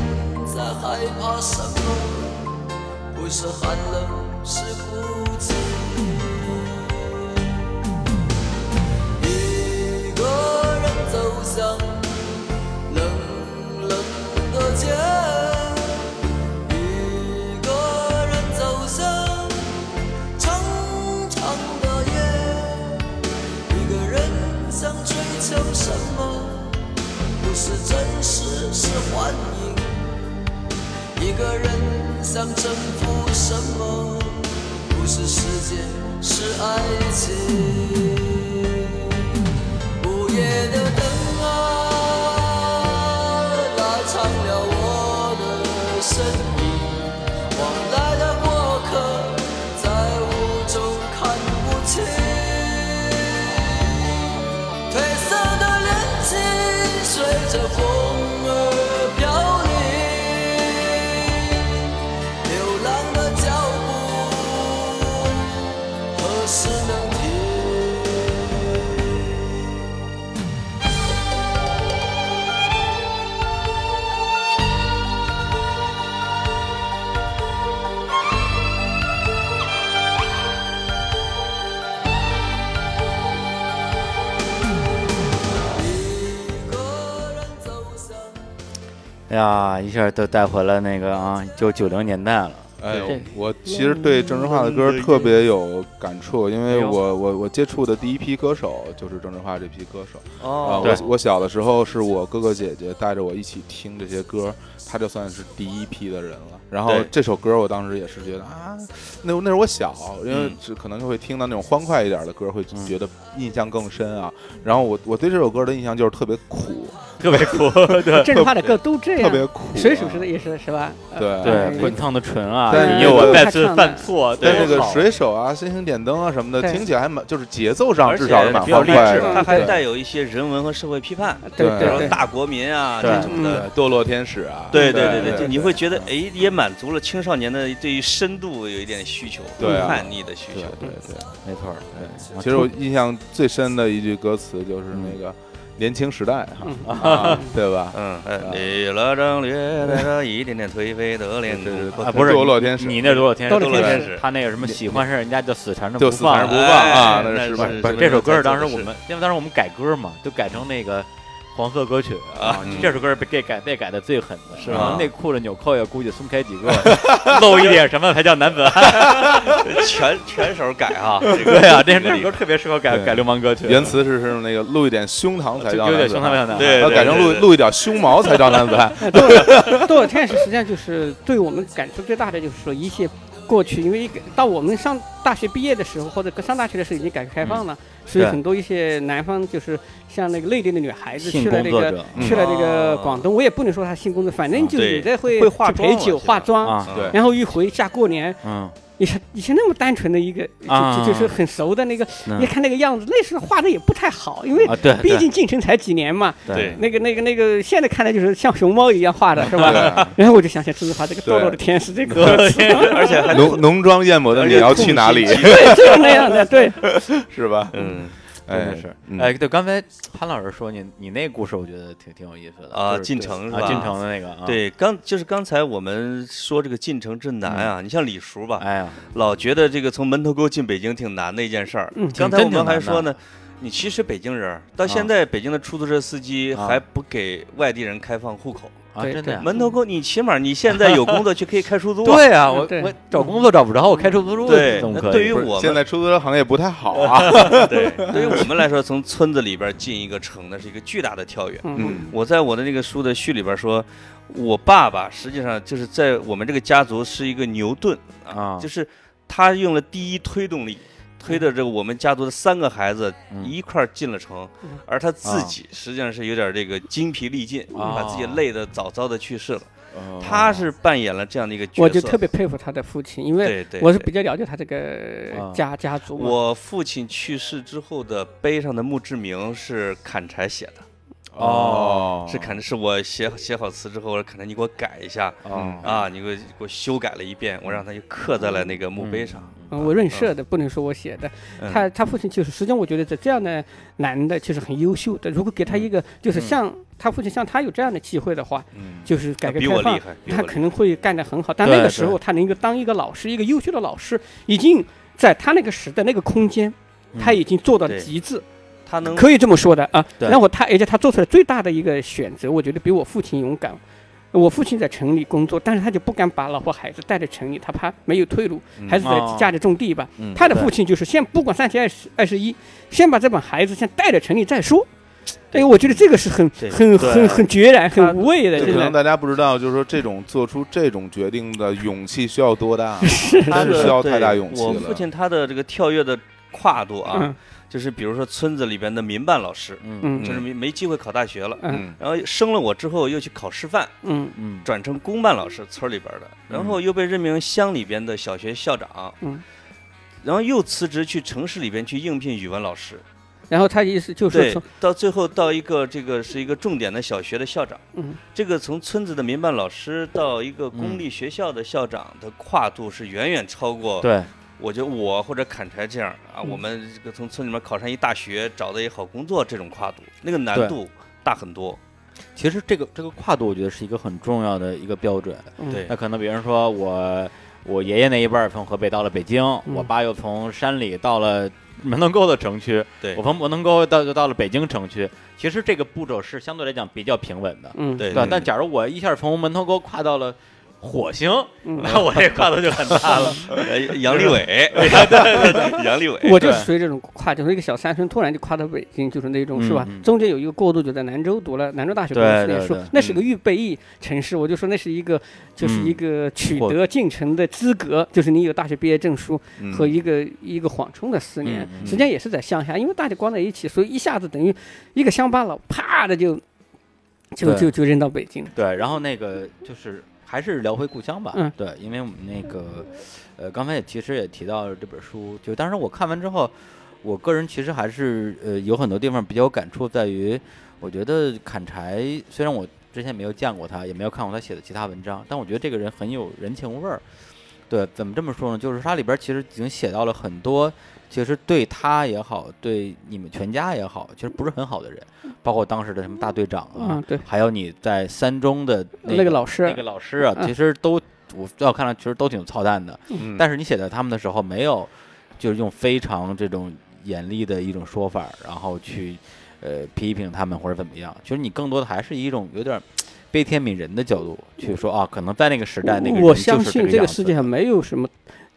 Speaker 5: 在害怕什么？不是寒冷，是孤寂。一个人走向冷冷的街，一个人走向长长的夜，一个人想追求什么？不是真实，是幻影。一个人想征服什么？不是世界，是爱情。午夜的灯啊，拉长了我的身影。往来的过客，在雾中看不清。褪色的恋情。
Speaker 1: 哎呀，一下都带回了那个啊，就九零年代了。
Speaker 2: 哎
Speaker 4: 对，
Speaker 2: 我其实对郑智化的歌特别有感触，因为我我我接触的第一批歌手就是郑智化这批歌手啊。
Speaker 3: 哦，
Speaker 1: 对
Speaker 2: 我我小的时候是我哥哥姐姐带着我一起听这些歌，他就算是第一批的人了。然后
Speaker 3: 对
Speaker 2: 这首歌我当时也是觉得啊，那那时候我小，因为
Speaker 3: 嗯
Speaker 2: 只可能就会听到那种欢快一点的歌，会
Speaker 1: 嗯
Speaker 2: 觉得印象更深啊。然后我我对这首歌的印象就是特别苦，
Speaker 1: 特别酷，对
Speaker 4: 郑智化的歌都这
Speaker 2: 特别
Speaker 4: 样，
Speaker 2: 苦、啊，
Speaker 4: 水手是也是是吧？呃
Speaker 2: 对
Speaker 1: 对，
Speaker 4: 嗯
Speaker 1: 滚烫的唇啊，
Speaker 2: 但
Speaker 1: 引
Speaker 2: 是
Speaker 1: 诱我
Speaker 2: 对
Speaker 1: 再次犯错。
Speaker 2: 但
Speaker 1: 对，
Speaker 2: 这个
Speaker 1: 好
Speaker 2: 水手啊、星星点灯啊什么的，
Speaker 4: 对
Speaker 2: 听起来还蛮，就是节奏上
Speaker 3: 而且
Speaker 2: 至少是蛮
Speaker 3: 比较
Speaker 2: 欢
Speaker 3: 励
Speaker 2: 快
Speaker 3: 志，
Speaker 2: 的。
Speaker 3: 它还
Speaker 2: 对
Speaker 3: 带有一些人文和社会批判，
Speaker 4: 对
Speaker 2: 对
Speaker 3: 比如
Speaker 4: 对
Speaker 3: 说
Speaker 4: 对，
Speaker 3: 大国民啊
Speaker 1: 对
Speaker 3: 这种
Speaker 2: 对
Speaker 3: 的。
Speaker 2: 堕落天使啊，
Speaker 3: 对
Speaker 2: 对
Speaker 3: 对
Speaker 2: 对，
Speaker 3: 就你会觉得，哎，也满足了青少年的对于深度有一点需求，
Speaker 2: 对啊
Speaker 3: 叛逆的需
Speaker 2: 对
Speaker 3: 求。
Speaker 2: 对对。
Speaker 1: 没错儿。对，
Speaker 2: 其实我印象最深的一句歌词就是那个“年轻时代”哈，啊对吧？
Speaker 3: 嗯，哎，你了张略带着一点点颓废的脸
Speaker 2: 这是
Speaker 3: 孔，
Speaker 1: 啊，不是
Speaker 2: 堕落天使
Speaker 1: 你你那堕落天使，
Speaker 4: 堕落
Speaker 3: 天使
Speaker 1: 他那个什么喜欢是人家就死缠着
Speaker 2: 就死缠着
Speaker 1: 放
Speaker 2: 不。放啊
Speaker 3: 哎
Speaker 2: 那是
Speaker 3: 那
Speaker 2: 失
Speaker 3: 是
Speaker 2: 败
Speaker 3: 是
Speaker 1: 不是
Speaker 3: 是
Speaker 1: 这首歌是当时
Speaker 3: 是
Speaker 1: 我们，因为当时我们改歌嘛，就改成那个黄河歌曲
Speaker 3: 啊
Speaker 1: 就这首歌被被改被改的最狠的，
Speaker 3: 是
Speaker 1: 然后
Speaker 3: 吗
Speaker 1: 内裤的纽扣也估计松开几 个，露一点什么才叫男子汉？
Speaker 3: 全全手改啊，这个
Speaker 1: 对啊，这
Speaker 3: 个
Speaker 1: 这首歌特别适合改
Speaker 2: 对
Speaker 1: 改流氓歌曲，
Speaker 2: 原词是是那个露一点胸膛才
Speaker 1: 就有
Speaker 2: 叫
Speaker 1: 点
Speaker 2: 男子
Speaker 1: 胸膛
Speaker 2: 汉，
Speaker 1: 像男
Speaker 3: 对
Speaker 2: 要改成露
Speaker 3: 对对
Speaker 2: 露一点胸毛才叫男子 汉。
Speaker 4: 那堕落堕落天使实际上就是对我们感触最大的，就是说一些过去，因为一个到我们上大学毕业的时候，或者上大学的时候已经改革开放了，所
Speaker 1: 嗯
Speaker 4: 以
Speaker 1: 对
Speaker 4: 很多一些南方就是像那个内地的女孩子
Speaker 1: 性
Speaker 4: 去了
Speaker 1: 工
Speaker 4: 那
Speaker 1: 作
Speaker 4: 个
Speaker 1: 者
Speaker 4: 去了那个
Speaker 3: 哦
Speaker 4: 广东，我也不能说她性工作，反正就是
Speaker 3: 对
Speaker 4: 你这会
Speaker 3: 会化
Speaker 4: 去陪
Speaker 3: 妆了
Speaker 4: 酒
Speaker 3: 现
Speaker 4: 化
Speaker 3: 在
Speaker 4: 妆，
Speaker 1: 啊，
Speaker 2: 对
Speaker 4: 然后一回家过年，
Speaker 1: 嗯，
Speaker 4: 以前以前那么单纯的一个，就
Speaker 1: 啊
Speaker 4: 就就是很熟的那个，
Speaker 1: 嗯
Speaker 4: 一看那个样子，那时候画的也不太好，因为
Speaker 1: 啊对
Speaker 4: 毕
Speaker 1: 对
Speaker 4: 竟进城才几年嘛，
Speaker 3: 对
Speaker 4: 那个那个那个，现在看来就是像熊猫一样画的是吧？
Speaker 2: 对
Speaker 4: 然后我就想起郑智化这个
Speaker 2: 对
Speaker 4: 堕落的天使这个 歌词，
Speaker 3: 而且还
Speaker 2: 浓浓妆艳抹的你要去哪里？
Speaker 4: 对，就是那样的，对，
Speaker 2: 是吧？
Speaker 3: 嗯
Speaker 1: 真
Speaker 2: 哎
Speaker 1: 的是，
Speaker 2: 嗯
Speaker 1: 哎，对，刚才潘老师说你你那故事，我觉得挺挺有意思的
Speaker 3: 啊，
Speaker 1: 就是
Speaker 3: 进城是吧？
Speaker 1: 啊进城的那个啊，，
Speaker 3: 对，刚就是刚才我们说这个进城之难啊，你像李叔吧，
Speaker 1: 嗯哎呀，
Speaker 3: 老觉得这个从门头沟进北京挺难的一件事儿。
Speaker 4: 嗯
Speaker 3: 刚才
Speaker 1: 真
Speaker 3: 我
Speaker 1: 挺
Speaker 3: 们还
Speaker 1: 难的
Speaker 3: 说呢，你其实北京人儿到
Speaker 1: 啊
Speaker 3: 现在，北京的出租车司机
Speaker 1: 啊
Speaker 3: 还不给外地人开放户口。
Speaker 1: 啊，
Speaker 4: 对
Speaker 1: 真的呀
Speaker 4: 对
Speaker 3: 门头沟，你起码你现在有 工作就可以开出租啊。
Speaker 1: 对啊，我
Speaker 4: 对
Speaker 1: 我找工作找不着，我开出租车
Speaker 3: 对
Speaker 1: 怎么
Speaker 3: 那
Speaker 1: 可以？
Speaker 3: 对于
Speaker 2: 不是
Speaker 3: 我们
Speaker 2: 现在出租车行业不太好啊。
Speaker 3: 对，对于我们来说，从村子里边进一个城，那是一个巨大的跳跃。
Speaker 4: 嗯，
Speaker 2: 嗯
Speaker 3: 我在我的那个书的序里边说，我爸爸实际上就是在我们这个家族是一个牛顿
Speaker 1: 啊
Speaker 3: 就是他用了第一推动力，推
Speaker 4: 嗯
Speaker 3: 的这个我们家族的三个孩子
Speaker 1: 嗯
Speaker 3: 一块儿进了城
Speaker 4: 嗯，
Speaker 3: 而他自己实际上是有点这个精疲力尽，
Speaker 1: 啊
Speaker 3: 把自己累得早早的去世了。
Speaker 2: 哦
Speaker 3: 他是扮演了这样的一个角色，
Speaker 4: 我就特别佩服他的父亲，因为
Speaker 3: 对对，
Speaker 4: 我是
Speaker 3: 对
Speaker 4: 比较了解他这
Speaker 1: 啊
Speaker 4: 个家家族嘛，
Speaker 3: 我父亲去世之后的碑上的墓志铭是砍柴写的，
Speaker 1: 哦
Speaker 3: 是砍，是我写写好词之后，我说砍柴你给我改一下
Speaker 1: 哦
Speaker 3: 啊，你给我给我修改了一遍，我让他就刻在了那个墓碑上。
Speaker 4: 嗯我润色的，不能说我写的。
Speaker 3: 嗯
Speaker 4: 他他父亲就是，实际上我觉得这这样的男的其实很优秀的，如果给他
Speaker 3: 嗯
Speaker 4: 一个就是像他父亲像他有这样的机会的话，
Speaker 2: 嗯
Speaker 4: 就是改革
Speaker 3: 比
Speaker 4: 开
Speaker 3: 我
Speaker 4: 放
Speaker 3: 厉。害，比
Speaker 4: 他
Speaker 3: 我厉
Speaker 4: 可能会干得很好，但
Speaker 1: 对
Speaker 4: 那个时候他能够当一个老师，一个优秀的老师，已经在他那个时代那个空间，
Speaker 1: 嗯
Speaker 4: 他已经做到了
Speaker 3: 对
Speaker 4: 极致。
Speaker 3: 害他能
Speaker 4: 可以这么说的啊。
Speaker 1: 对
Speaker 4: 然后他，而且他做出来最大的一个选择，我觉得比我父亲勇敢。我父亲在城里工作，但是他就不敢把老婆孩子带到城里，他怕没有退路，还是在
Speaker 1: 哦
Speaker 4: 家里种地吧。
Speaker 2: 嗯
Speaker 4: 他的
Speaker 1: 对
Speaker 4: 父亲就是先不管三七二十二十一，先把这帮孩子先带到城里再说。哎，我觉得这个是很
Speaker 3: 对
Speaker 4: 很
Speaker 3: 对
Speaker 4: 很很决然、
Speaker 3: 他
Speaker 4: 很无畏的，
Speaker 2: 这
Speaker 4: 真
Speaker 2: 可能
Speaker 4: 的。
Speaker 2: 大家不知道，就是说这种做出这种决定的勇气需要多大，
Speaker 3: 他
Speaker 2: 真
Speaker 3: 的
Speaker 2: 是需要
Speaker 3: 对
Speaker 2: 太大勇气
Speaker 3: 我
Speaker 2: 了
Speaker 3: 父亲他的这个跳跃的跨度啊，
Speaker 4: 嗯
Speaker 3: 就是比如说村子里边的民办老师，
Speaker 1: 嗯
Speaker 4: 嗯
Speaker 3: 就是没没机会考大学了，
Speaker 4: 嗯
Speaker 2: 嗯
Speaker 3: 然后升了我之后又去考师范，
Speaker 4: 嗯
Speaker 1: 嗯
Speaker 3: 转成公办老师，村里边的，
Speaker 2: 嗯
Speaker 3: 然后又被任命乡里边的小学校长，
Speaker 4: 嗯。
Speaker 3: 然后又辞职去城市里边去应聘语文老师，
Speaker 4: 然后他意思就是
Speaker 3: 对
Speaker 4: 从，
Speaker 3: 到最后到一个这个是一个重点的小学的校长，
Speaker 4: 嗯
Speaker 3: 这个从村子的民办老师到一个
Speaker 2: 嗯
Speaker 3: 公立学校的校长的跨度是远远超过
Speaker 1: 对
Speaker 3: 我觉得我或者砍柴这样啊，
Speaker 4: 嗯
Speaker 3: 我们这个从村里面考上一大学，找到一好工作，这种跨度，那个难度大很多。
Speaker 1: 其实这个这个跨度，我觉得是一个很重要的一个标准。
Speaker 4: 嗯
Speaker 3: 对
Speaker 1: 那可能比如说我我爷爷那一辈儿从河北到了北京，我爸又从山里到了门头沟的城区，
Speaker 3: 对
Speaker 1: 我从门头沟到就到了北京城区，其实这个步骤是相对来讲比较平稳的，
Speaker 4: 嗯，
Speaker 3: 对
Speaker 1: 对吧
Speaker 3: 嗯？
Speaker 1: 但假如我一下从门头沟跨到了火星，
Speaker 4: 嗯
Speaker 1: 那我这跨度就很大了。
Speaker 3: 呃杨利伟，对对对杨利伟，
Speaker 1: 哎
Speaker 4: 我就是属于这种跨，就是一个小山村，突然就跨到北京，就是那种是吧
Speaker 1: 嗯嗯？
Speaker 4: 中间有一个过渡，就在兰州读了兰州大学读
Speaker 1: 对
Speaker 4: 了四年
Speaker 1: 对
Speaker 4: 书
Speaker 1: 对，
Speaker 4: 那是个预备役城市，我就说那是一个就是一
Speaker 1: 嗯
Speaker 4: 个取
Speaker 1: 获
Speaker 4: 得进城的资格，就是你有大学毕业证书
Speaker 2: 嗯
Speaker 4: 和一个一个缓冲的四年
Speaker 1: 嗯，嗯
Speaker 4: 实际上也是在乡下，因为大家关在一起，所以一下子等于一个乡巴佬，啪的就就
Speaker 1: 对啊
Speaker 4: 就就扔到北京了。
Speaker 1: 对，然后那个就是还是聊回故乡吧。
Speaker 4: 嗯
Speaker 1: 对，因为我们那个呃，刚才也其实也提到了这本书，就当时我看完之后，我个人其实还是呃有很多地方比较有感触，在于我觉得砍柴虽然我之前没有见过他，也没有看过他写的其他文章，但我觉得这个人很有人情味儿。对，怎么这么说呢？就是他里边其实已经写到了很多，其实对他也好，对你们全家也好，其实不是很好的人，包括当时的什么大队长啊，
Speaker 4: 嗯，对，
Speaker 1: 还有你在三中的那
Speaker 4: 那个老师
Speaker 1: 那个老师啊，
Speaker 4: 嗯
Speaker 1: 其实都我在我看来其实都挺操蛋的，
Speaker 2: 嗯
Speaker 1: 但是你写到他们的时候，没有就是用非常这种严厉的一种说法，然后去呃批评他们或者怎么样，其实你更多的还是一种有点儿悲天悯人的角度去说啊，可能在那个时代那个人
Speaker 4: 我
Speaker 1: 就是
Speaker 4: 相
Speaker 1: 这
Speaker 4: 信这
Speaker 1: 个
Speaker 4: 个
Speaker 1: 样子
Speaker 4: 世界上没有什么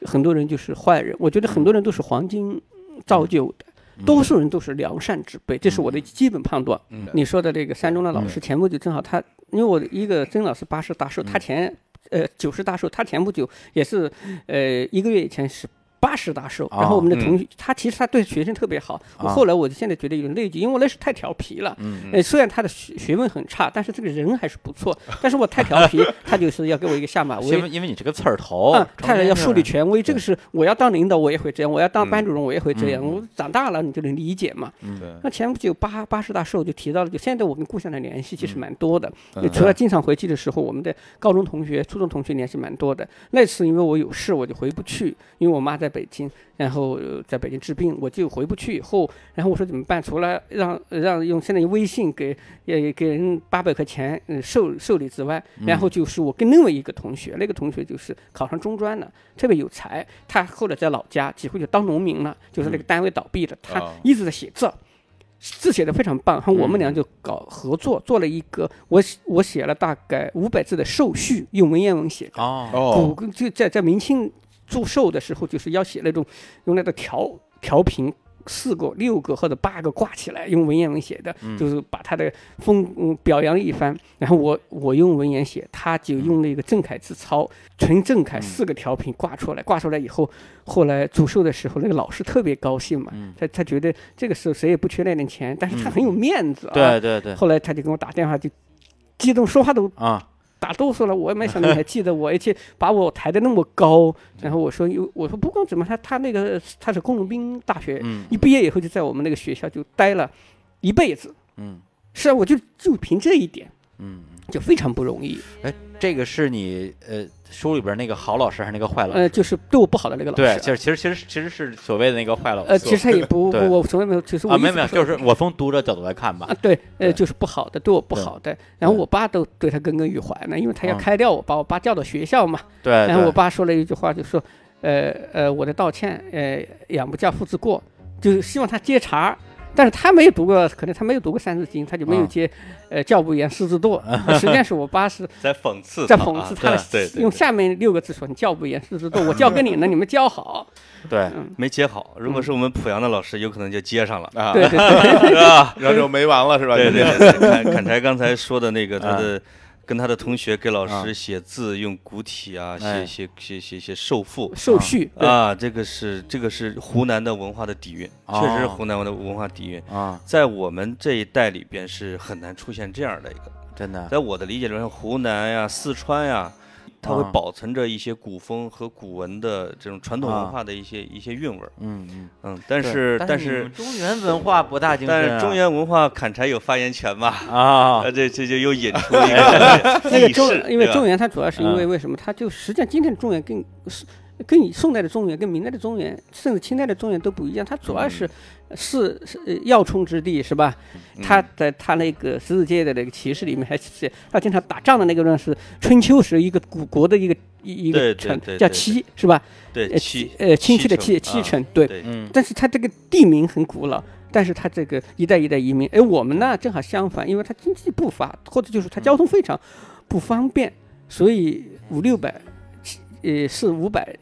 Speaker 4: 很多人就是坏人，我觉得很多人都是黄金造就的，
Speaker 1: 嗯
Speaker 4: 多数人都是良善之辈，这是我的基本判断。
Speaker 2: 嗯
Speaker 4: 你说的这个山中的老师前不久正好他，因为我一个曾老师八十大寿，他
Speaker 1: 嗯
Speaker 4: 前呃九十大寿，他前不久也是呃一个月以前是。八十大寿，然后我们的同学，他其实他对学生特别好。我
Speaker 1: 嗯啊
Speaker 4: 后来我现在觉得有点内疚，因为我那时候太调皮了。
Speaker 1: 嗯
Speaker 4: 呃，虽然他的学学问很差，但是这个人还是不错。但是我太调 皮，他就是要给我一个下马威
Speaker 1: 因。为因为你这个刺儿头
Speaker 4: 嗯，，
Speaker 1: 哦成
Speaker 4: 他
Speaker 1: 天
Speaker 4: 要
Speaker 1: 就
Speaker 4: 树立
Speaker 1: 是
Speaker 4: 权威，这个是我要当领导我也会这样，我要当班主任我也会这样。
Speaker 1: 嗯嗯
Speaker 4: 我长大了你就能理解嘛。
Speaker 2: 对，
Speaker 4: 那前不久八八十大寿就提到了，就现在我跟故乡的联系其实
Speaker 1: 嗯
Speaker 4: 蛮多的。
Speaker 2: 嗯
Speaker 4: 就除了经常回去的时候，我们的高中同学、初中同学联系蛮多的。那次因为我有事我就回不去，因为我妈在北京，然后呃在北京治病，我就回不去以后，然后我说怎么办？除了让让用现在微信给也给人八百块钱嗯受受理之外，嗯然后就是我跟另外一个同学，那个同学就是考上中专了，特别有才，他后来在老家几乎就当农民了，就是那个单位倒闭了，
Speaker 2: 嗯
Speaker 4: 他
Speaker 2: 哦
Speaker 4: 一直在写字。字写的非常棒，和我们俩就搞合作，做了一个我写我写了大概五百字的寿序，用文言文写的。
Speaker 1: 哦，
Speaker 2: 哦，
Speaker 4: 古就在在明清祝寿的时候，就是要写那种用那个条条屏四个、六个或者八个挂起来，用文言文写的，就是把他的风、嗯、表扬一番。然后我我用文言写，他就用那个正楷字抄，纯正楷四个条屏挂出来，挂出来以后，后来祝寿的时候，那个老师特别高兴嘛，
Speaker 1: 嗯
Speaker 4: 他他觉得这个时候谁也不缺那点钱，但是他很有面子啊。
Speaker 1: 对对对
Speaker 4: 后来他就给我打电话，就激动说话都
Speaker 1: 啊，
Speaker 4: 打哆嗦了，我也没想到你还记得我，而且把我抬得那么
Speaker 1: 嗯
Speaker 4: 高。然后我说，有我说不光怎么他他那个他是工农兵大学，
Speaker 1: 嗯
Speaker 4: 一毕业以后就在我们那个学校就待了一辈子。
Speaker 1: 嗯
Speaker 4: 是啊，我就就凭这一点
Speaker 1: 嗯，
Speaker 4: 就非常不容易。
Speaker 1: 哎，这个是你呃书里边那个好老师还是那个坏老师
Speaker 4: 呃，？就是对我不好的那个老师
Speaker 1: 对，
Speaker 4: 啊。
Speaker 1: 就是其实其实其实是所谓的那个坏老
Speaker 4: 呃，
Speaker 1: 师
Speaker 4: 其实他也不，
Speaker 1: 对
Speaker 4: 我我从来没有，其实我
Speaker 1: 啊，
Speaker 4: 一直
Speaker 1: 没有没有，
Speaker 4: 不
Speaker 1: 就
Speaker 4: 是
Speaker 1: 是我从读者角度来看吧
Speaker 4: 啊，，对，
Speaker 1: 对
Speaker 4: 呃，就是不好的，对我不
Speaker 1: 对
Speaker 4: 好的。然后
Speaker 1: 对
Speaker 4: 我爸都对他耿耿于怀呢，因为他要
Speaker 1: 嗯
Speaker 4: 开掉我，把我爸叫到学校嘛。
Speaker 1: 对，
Speaker 4: 然后
Speaker 1: 哎对
Speaker 4: 我爸说了一句话，就说，呃呃，我的道歉，呃，养不教，父之过，就是希望他接茬儿。但是他没有读过，可能他没有读过《三字经》，他就没有
Speaker 1: 啊
Speaker 4: 接，呃，教不严，师之惰。呃实际上是我爸是
Speaker 3: 在讽刺
Speaker 4: 在
Speaker 3: 他
Speaker 4: 讽
Speaker 3: 啊
Speaker 4: 刺他的
Speaker 3: 对对对，
Speaker 4: 用下面六个字说：“你教不严，师之惰。”我教给你呢，你们教好。
Speaker 1: 对
Speaker 4: 嗯，
Speaker 3: 没接好。如果是我们濮阳的老师，有可能就接上了，
Speaker 2: 啊，
Speaker 4: 对对对，
Speaker 3: 是吧？
Speaker 2: 然后就没完了是吧？
Speaker 3: 对对
Speaker 2: 就
Speaker 3: 对，砍砍柴刚才说的那个他的。跟他的同学给老师写字，用古体啊，
Speaker 1: 哎
Speaker 3: 写写写写写受赋
Speaker 4: 受序对
Speaker 3: 啊，这个是这个是湖南的文化的底蕴，确实是
Speaker 1: 哦
Speaker 3: 湖南的文化底蕴，
Speaker 1: 啊，
Speaker 3: 在我们这一代里边是很难出现这样的一个。
Speaker 1: 真的
Speaker 3: 在我的理解里面，湖南呀、四川呀，它会
Speaker 1: 啊
Speaker 3: 保存着一些古风和古文的这种传统文
Speaker 1: 啊
Speaker 3: 化的一些一些韵味儿。
Speaker 1: 嗯嗯，
Speaker 3: 嗯，但
Speaker 1: 对
Speaker 3: 是
Speaker 1: 但你
Speaker 3: 是
Speaker 1: 们中原文化博大精深
Speaker 3: 但
Speaker 1: 啊，
Speaker 3: 是中原文化砍柴有发言权嘛？
Speaker 1: 啊
Speaker 3: 啊，，这这就又引出一个
Speaker 4: 哎那个
Speaker 3: 历
Speaker 4: 中
Speaker 3: 史，
Speaker 4: 因为
Speaker 3: 对吧
Speaker 4: 中原它主要是因为
Speaker 1: 嗯
Speaker 4: 为什么？它就实际上今天的中原更是跟你宋代的中原、跟明代的中原，甚至清代的中原都不一样，它主要
Speaker 3: 嗯
Speaker 4: 是是是呃要冲之地，是吧？他在他那个十字街的那个骑士里面，还是他经常打仗的那个呢是春秋时一个古国的一个一一
Speaker 3: 对对
Speaker 4: 个城
Speaker 3: 对
Speaker 4: 叫
Speaker 3: 对
Speaker 4: 戚，是吧？
Speaker 3: 对，
Speaker 4: 呃
Speaker 3: 七
Speaker 4: 呃，清区的戚
Speaker 3: 七
Speaker 4: 戚城，对。
Speaker 3: 啊对
Speaker 1: 嗯
Speaker 4: 但是它这个地名很古老，但是它这个一代一代移民，哎，我们呢正好相反，因为它经济不发，或者就是它交通非常不方便，所以五六百，呃，四五百。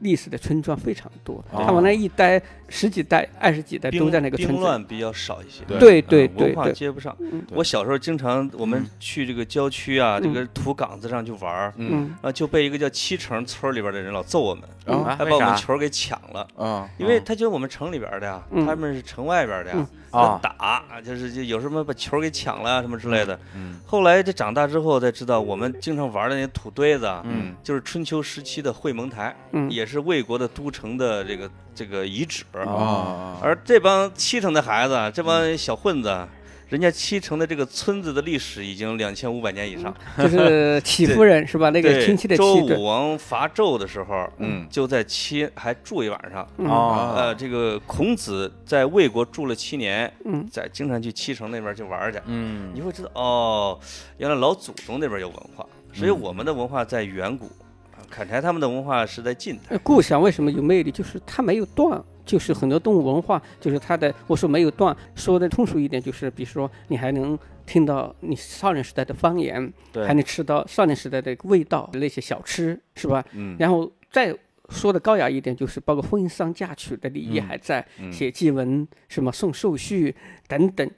Speaker 4: 历史的村庄非常多，
Speaker 1: 哦
Speaker 4: 他往那一待十几代、二十几代都在那个村
Speaker 3: 兵
Speaker 4: 子里。
Speaker 3: 乱比较少一些，
Speaker 2: 对
Speaker 4: 对对
Speaker 3: 嗯
Speaker 4: 对
Speaker 3: 文化
Speaker 4: 对，
Speaker 3: 接不上
Speaker 4: 嗯。
Speaker 3: 我小时候经常我们去这个郊区啊，这个土岗子上去玩儿，
Speaker 4: 嗯，
Speaker 3: 啊，就被一个叫七城村里边的人老揍我们，
Speaker 2: 嗯
Speaker 1: 啊
Speaker 3: 还把我们球给抢了。
Speaker 2: 啊，
Speaker 3: 因为他觉得我们城里边的呀，
Speaker 4: 嗯
Speaker 3: 他们是城外边的呀
Speaker 4: 嗯，
Speaker 1: 啊
Speaker 3: 他打就是就有什么把球给抢了啊什么之类的。
Speaker 2: 嗯
Speaker 3: 后来这长大之后才知道，我们经常玩的那些土堆子啊，
Speaker 2: 嗯
Speaker 3: 就是春秋时期的会盟台，
Speaker 4: 嗯
Speaker 3: 也是魏国的都城的这个这个遗址。
Speaker 2: 啊，
Speaker 3: 而这帮七城的孩子，啊这帮小混子，啊人家七城的这个村子的历史已经两千五百年以上。
Speaker 4: 就是戚夫人是吧？嗯那个
Speaker 3: 对
Speaker 4: 亲戚的
Speaker 3: 周
Speaker 4: 戚，对
Speaker 3: 武，王伐纣的时候，
Speaker 2: 嗯
Speaker 3: 就在七还住一晚上。
Speaker 4: 嗯
Speaker 1: 哦
Speaker 3: 呃，
Speaker 2: 啊，
Speaker 3: 这个孔子在魏国住了七年，
Speaker 4: 嗯
Speaker 3: 在经常去七城那边去玩儿去，
Speaker 1: 嗯
Speaker 3: 你会知道哦，原来老祖宗那边有文化，所以我们的文化在远古，啊砍柴他们的文化是在近代。
Speaker 4: 呃故乡为什么有魅力？就是它没有断，就是很多动物文化，就是它的。我说没有断，说的通俗一点，就是比如说你还能听到你少年时代的方言，
Speaker 1: 对
Speaker 4: 还能吃到少年时代的味道，那些小吃是吧？
Speaker 2: 嗯
Speaker 4: 然后再说的高雅一点，就是包括婚丧嫁娶的礼仪还在，
Speaker 2: 嗯
Speaker 4: 写祭文、什么送寿序等等。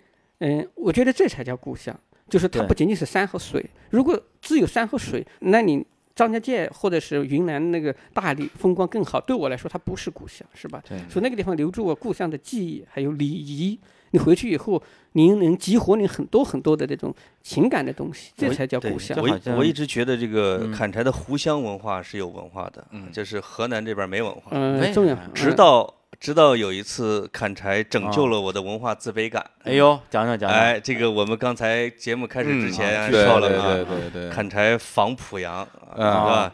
Speaker 4: 嗯，我觉得这才叫故乡，就是它
Speaker 1: 对
Speaker 4: 不仅仅是山和水。如果只有山和水，那你张家界或者是云南那个大理风光更好。对我来说，它不是故乡，是吧？
Speaker 1: 对
Speaker 4: 所以那个地方留住我故乡的记忆，还有礼仪。你回去以后，您能激活你很多很多的这种情感的东西，这才叫
Speaker 3: 对
Speaker 4: 故乡
Speaker 1: 这。
Speaker 3: 我
Speaker 1: 好
Speaker 3: 一
Speaker 1: 像
Speaker 3: 我一直觉得这个
Speaker 1: 嗯
Speaker 3: 砍柴的湖湘文化是有文化的，
Speaker 2: 嗯
Speaker 3: 就是河南这边没文
Speaker 1: 为
Speaker 3: 化，
Speaker 4: 嗯，重要
Speaker 1: 啥呀。
Speaker 3: 直
Speaker 4: 嗯
Speaker 3: 到直到有一次砍柴拯救了我的文化自卑感。
Speaker 1: 哎呦，讲讲讲讲，
Speaker 3: 哎，这个我们刚才节目开始之前
Speaker 2: 嗯哦对
Speaker 3: 说
Speaker 2: 对
Speaker 3: 了啊
Speaker 2: 对，对对，
Speaker 3: 砍柴防濮阳，啊是吧？